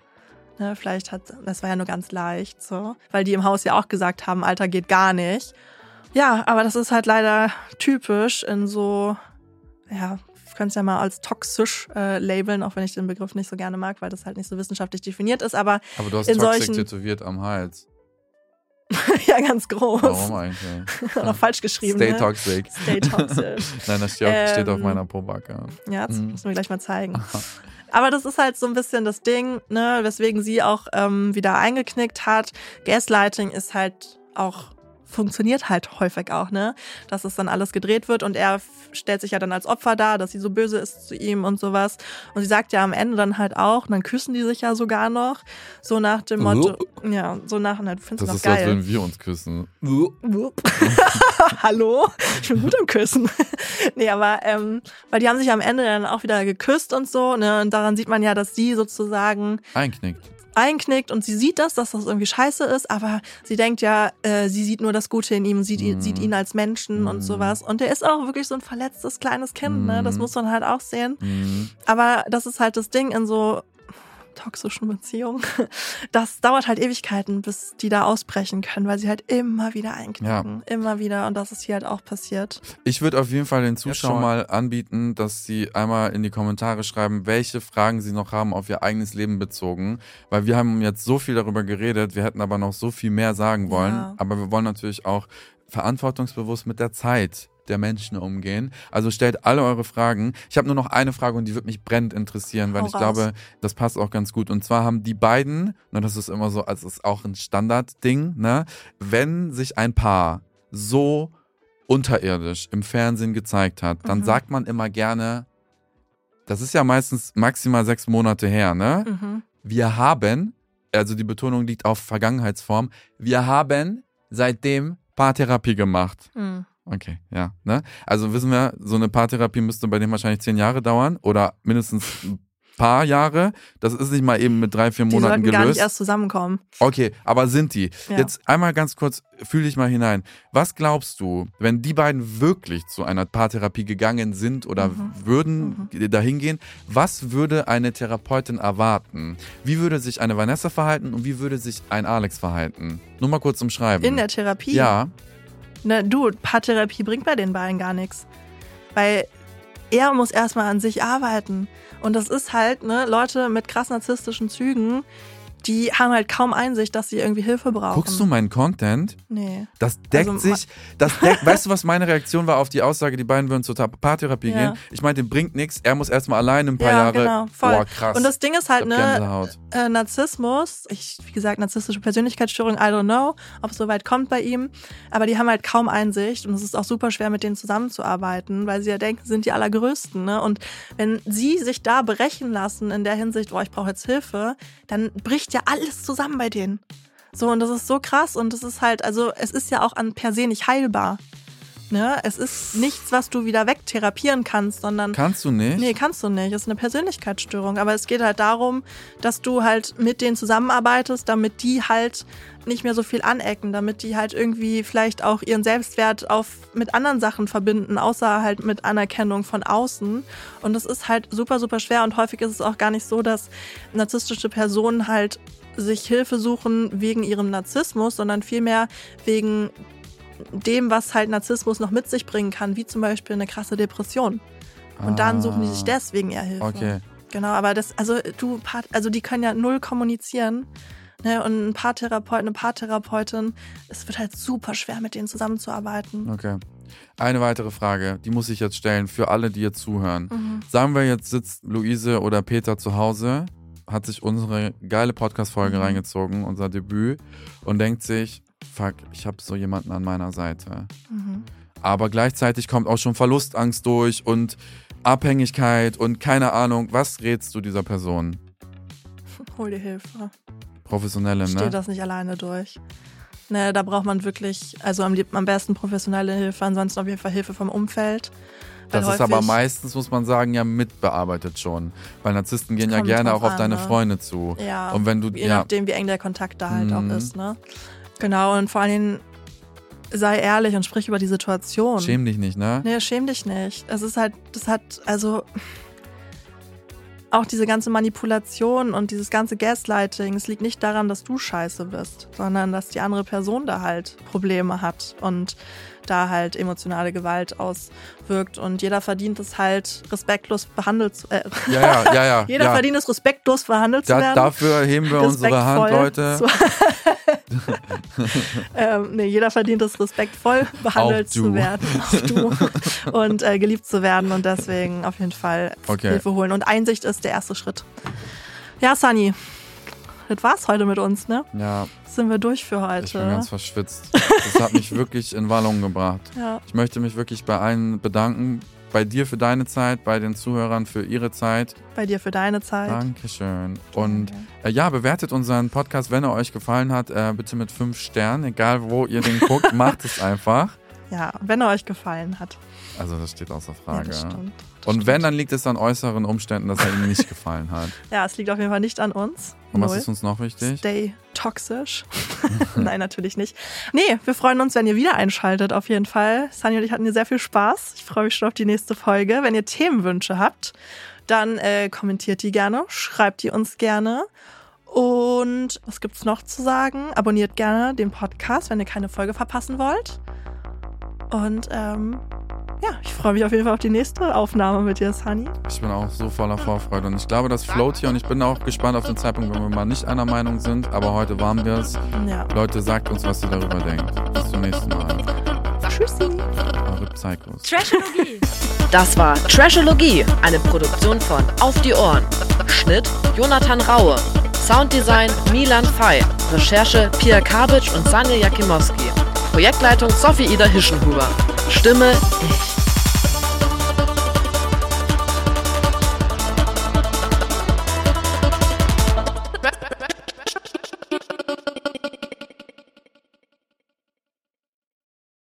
C: Ne, vielleicht hat, das war ja nur ganz leicht, so. Weil die im Haus ja auch gesagt haben, Alter geht gar nicht. Ja, aber das ist halt leider typisch in so, ja, wir können es ja mal als toxisch äh, labeln, auch wenn ich den Begriff nicht so gerne mag, weil das halt nicht so wissenschaftlich definiert ist, aber
B: Aber du hast
C: In
B: Toxic
C: solchen-
B: tätowiert am Hals.
C: ja, ganz groß.
B: Warum eigentlich?
C: Noch falsch geschrieben.
B: Stay
C: ne?
B: toxic.
C: Stay toxisch.
B: Nein, das steht, auf-
C: Ähm,
B: steht auf meiner Pobacke.
C: Ja, das
B: Mhm.
C: müssen wir gleich mal zeigen. Aber das ist halt so ein bisschen das Ding, ne, weswegen sie auch ähm, wieder eingeknickt hat. Gaslighting ist halt auch, funktioniert halt häufig auch, ne? Dass es dann alles gedreht wird und er f- stellt sich ja dann als Opfer dar, dass sie so böse ist zu ihm und sowas. Und sie sagt ja am Ende dann halt auch, und dann küssen die sich ja sogar noch. So nach dem Motto, ja, so nach, na, du findest
B: Das
C: noch
B: ist so, als
C: geil.
B: würden wir uns küssen.
C: Wupp. Hallo, ich bin gut am Küssen. nee, aber ähm, weil die haben sich am Ende dann auch wieder geküsst und so, ne? Und daran sieht man ja, dass sie sozusagen
B: Einknickt.
C: einknickt und sie sieht das, dass das irgendwie scheiße ist, aber sie denkt ja, äh, sie sieht nur das Gute in ihm, sieht, ihn, sieht
B: Mhm.
C: ihn als Menschen und sowas. Und der ist auch wirklich so ein verletztes kleines Kind, ne? Das muss man halt auch sehen.
B: Mhm.
C: Aber das ist halt das Ding in so toxischen Beziehung, das dauert halt Ewigkeiten, bis die da ausbrechen können, weil sie halt immer wieder einknicken. Immer wieder. Und das ist hier halt auch passiert.
B: Ich würde auf jeden Fall den Zuschauern mal anbieten, dass sie einmal in die Kommentare schreiben, welche Fragen sie noch haben auf ihr eigenes Leben bezogen. Weil wir haben jetzt so viel darüber geredet, wir hätten aber noch so viel mehr sagen wollen.
C: Ja.
B: Aber wir wollen natürlich auch verantwortungsbewusst mit der Zeit der Menschen umgehen. Also stellt alle eure Fragen. Ich habe nur noch eine Frage und die wird mich brennend interessieren, weil
C: Hau
B: ich
C: raus.
B: glaube, das passt auch ganz gut. Und zwar haben die beiden, na, das ist immer so, also es ist auch ein Standardding, ne? Wenn sich ein Paar so unterirdisch im Fernsehen gezeigt hat, dann
C: Mhm.
B: sagt man immer gerne, das ist ja meistens maximal sechs Monate her, ne?
C: Mhm.
B: Wir haben, also die Betonung liegt auf Vergangenheitsform, wir haben seitdem Paartherapie gemacht.
C: Mhm.
B: Okay, ja. Ne? Also wissen wir, so eine Paartherapie müsste bei dem wahrscheinlich zehn Jahre dauern oder mindestens ein paar Jahre. Das ist nicht mal eben mit drei, vier
C: Die
B: Monaten
C: sollten gar nicht
B: gelöst.
C: erst zusammenkommen.
B: Okay, aber sind die?
C: Ja.
B: Jetzt einmal ganz kurz, fühl dich mal hinein. Was glaubst du, wenn die beiden wirklich zu einer Paartherapie gegangen sind oder
C: Mhm.
B: würden dahin gehen, was würde eine Therapeutin erwarten? Wie würde sich eine Vanessa verhalten und wie würde sich ein Alex verhalten? Nur mal kurz umschreiben.
C: In der Therapie.
B: Mhm. Ja.
C: Na, Ne, du, Paartherapie bringt bei den beiden gar nichts. Weil er muss erstmal an sich arbeiten. Und das ist halt, ne, Leute mit krass narzisstischen Zügen, die haben halt kaum Einsicht, dass sie irgendwie Hilfe brauchen.
B: Guckst du meinen Content?
C: Nee.
B: Das deckt
C: Also, ma-
B: sich. Das deckt, weißt du, was meine Reaktion war auf die Aussage, die beiden würden zur Ta- Paartherapie
C: Ja.
B: gehen? Ich meinte, dem bringt nichts. Er muss erstmal allein ein paar
C: ja,
B: Jahre.
C: genau, voll.
B: Boah, krass.
C: Und das Ding ist halt,
B: ich hab
C: ne,
B: Gänsehaut.
C: äh, Narzissmus, ich, wie gesagt, narzisstische Persönlichkeitsstörung, I don't know, ob es so weit kommt bei ihm, aber die haben halt kaum Einsicht und es ist auch super schwer, mit denen zusammenzuarbeiten, weil sie ja denken, sie sind die Allergrößten, ne? Und wenn sie sich da berechen lassen in der Hinsicht, boah, ich brauche jetzt Hilfe, dann bricht ja alles zusammen bei denen. So, und das ist so krass und das ist halt, also es ist ja auch an per se nicht heilbar. Ne? Es ist nichts, was du wieder wegtherapieren kannst, sondern
B: Kannst du nicht?
C: Nee, kannst du nicht. Das ist eine Persönlichkeitsstörung. Aber es geht halt darum, dass du halt mit denen zusammenarbeitest, damit die halt nicht mehr so viel anecken, damit die halt irgendwie vielleicht auch ihren Selbstwert auf mit anderen Sachen verbinden, außer halt mit Anerkennung von außen. Und das ist halt super, super schwer. Und häufig ist es auch gar nicht so, dass narzisstische Personen halt sich Hilfe suchen wegen ihrem Narzissmus, sondern vielmehr wegen dem, was halt Narzissmus noch mit sich bringen kann, wie zum Beispiel eine krasse Depression. Und dann suchen die sich
B: Ah,
C: deswegen eher Hilfe.
B: Okay.
C: Genau, aber das, also du, Paar- also die können ja null kommunizieren. Ne? Und ein Paartherapeut, eine Paartherapeutin, es wird halt super schwer, mit denen zusammenzuarbeiten.
B: Okay. Eine weitere Frage, die muss ich jetzt stellen für alle, die jetzt zuhören.
C: Mhm.
B: Sagen wir, jetzt sitzt Luise oder Peter zu Hause, hat sich unsere geile Podcast-Folge
C: Mhm.
B: reingezogen, unser Debüt, und denkt sich, fuck, ich habe so jemanden an meiner Seite.
C: Mhm.
B: aber gleichzeitig kommt auch schon Verlustangst durch und Abhängigkeit und keine Ahnung. Was rätst du dieser Person?
C: Hol dir Hilfe.
B: Professionelle,
C: Ich
B: ne?
C: stehe das nicht alleine durch. Ne, da braucht man wirklich, also am, lieb- am besten professionelle Hilfe, ansonsten auf jeden Fall Hilfe vom Umfeld. Weil
B: Das ist aber
C: häufig-
B: meistens, muss man sagen, ja mitbearbeitet schon. Weil Narzissten gehen ja
C: Kommt
B: gerne auch auf
C: drauf an,
B: deine
C: ne?
B: Freunde zu.
C: Ja.
B: Und wenn du,
C: je
B: ja,
C: nachdem, wie eng der Kontakt da halt
B: Mhm.
C: auch ist. Ne? Genau, und vor allen Dingen sei ehrlich und sprich über die Situation.
B: schäm dich nicht, ne?
C: Nee, schäm dich nicht. Es ist halt, das hat, also auch diese ganze Manipulation und dieses ganze Gaslighting, es liegt nicht daran, dass du scheiße bist, sondern dass die andere Person da halt Probleme hat und da halt emotionale Gewalt auswirkt und jeder verdient es halt respektlos behandelt zu äh,
B: Ja, ja, ja, ja.
C: jeder
B: ja.
C: verdient es respektlos behandelt zu
B: Da,
C: werden.
B: dafür heben wir unsere Hand, Leute.
C: zu- ähm, nee, jeder verdient es, respektvoll behandelt
B: Auch du.
C: zu werden. Auch du. Und äh, geliebt zu werden und deswegen auf jeden Fall
B: Okay.
C: Hilfe holen. Und Einsicht ist der erste Schritt. Ja, Sunny, das war's heute mit uns, ne?
B: Ja,
C: Sind wir durch für
B: ich bin
C: heute.
B: ganz verschwitzt. Das hat mich wirklich in Wallung gebracht.
C: Ja,
B: Ich möchte mich wirklich bei allen bedanken. Bei dir für deine Zeit, bei den Zuhörern für ihre Zeit.
C: bei dir für deine Zeit.
B: Dankeschön. Und äh, ja, bewertet unseren Podcast, wenn er euch gefallen hat, äh, bitte mit fünf Sternen, egal wo ihr den guckt, macht es einfach.
C: Ja, wenn er euch gefallen hat.
B: Also das steht außer
C: Ja,
B: Frage.
C: das stimmt. Das
B: und
C: stimmt.
B: wenn, dann liegt es an äußeren Umständen, dass er ihm nicht gefallen hat.
C: Ja, es liegt auf jeden Fall nicht an uns.
B: Und was
C: Null.
B: ist uns noch wichtig?
C: Stay toxisch. Nein, natürlich nicht. Nee, wir freuen uns, wenn ihr wieder einschaltet, auf jeden Fall. Sani und ich hatten hier sehr viel Spaß. Ich freue mich schon auf die nächste Folge. Wenn ihr Themenwünsche habt, dann äh, kommentiert die gerne, schreibt die uns gerne. Und was gibt's noch zu sagen? Abonniert gerne den Podcast, wenn ihr keine Folge verpassen wollt. Und ähm, ja, ich freue mich auf jeden Fall auf die nächste Aufnahme mit dir, Sunny.
B: Ich bin auch so voller Vorfreude und ich glaube, das float hier und ich bin auch gespannt auf den Zeitpunkt, wenn wir mal nicht einer Meinung sind, aber heute waren wir es.
C: Ja.
B: Leute, sagt uns, was ihr darüber denkt. Bis zum nächsten Mal.
C: Tschüssi.
B: Eure Psychos.
A: Trashologie.
F: Das war Trashologie, eine Produktion von Auf die Ohren. Schnitt Jonathan Raue. Sounddesign Milan Fey. Recherche Pia Kabitsch und Sanja Jakimowski. Projektleitung Sophie Ida Hischenhuber. Stimme ich.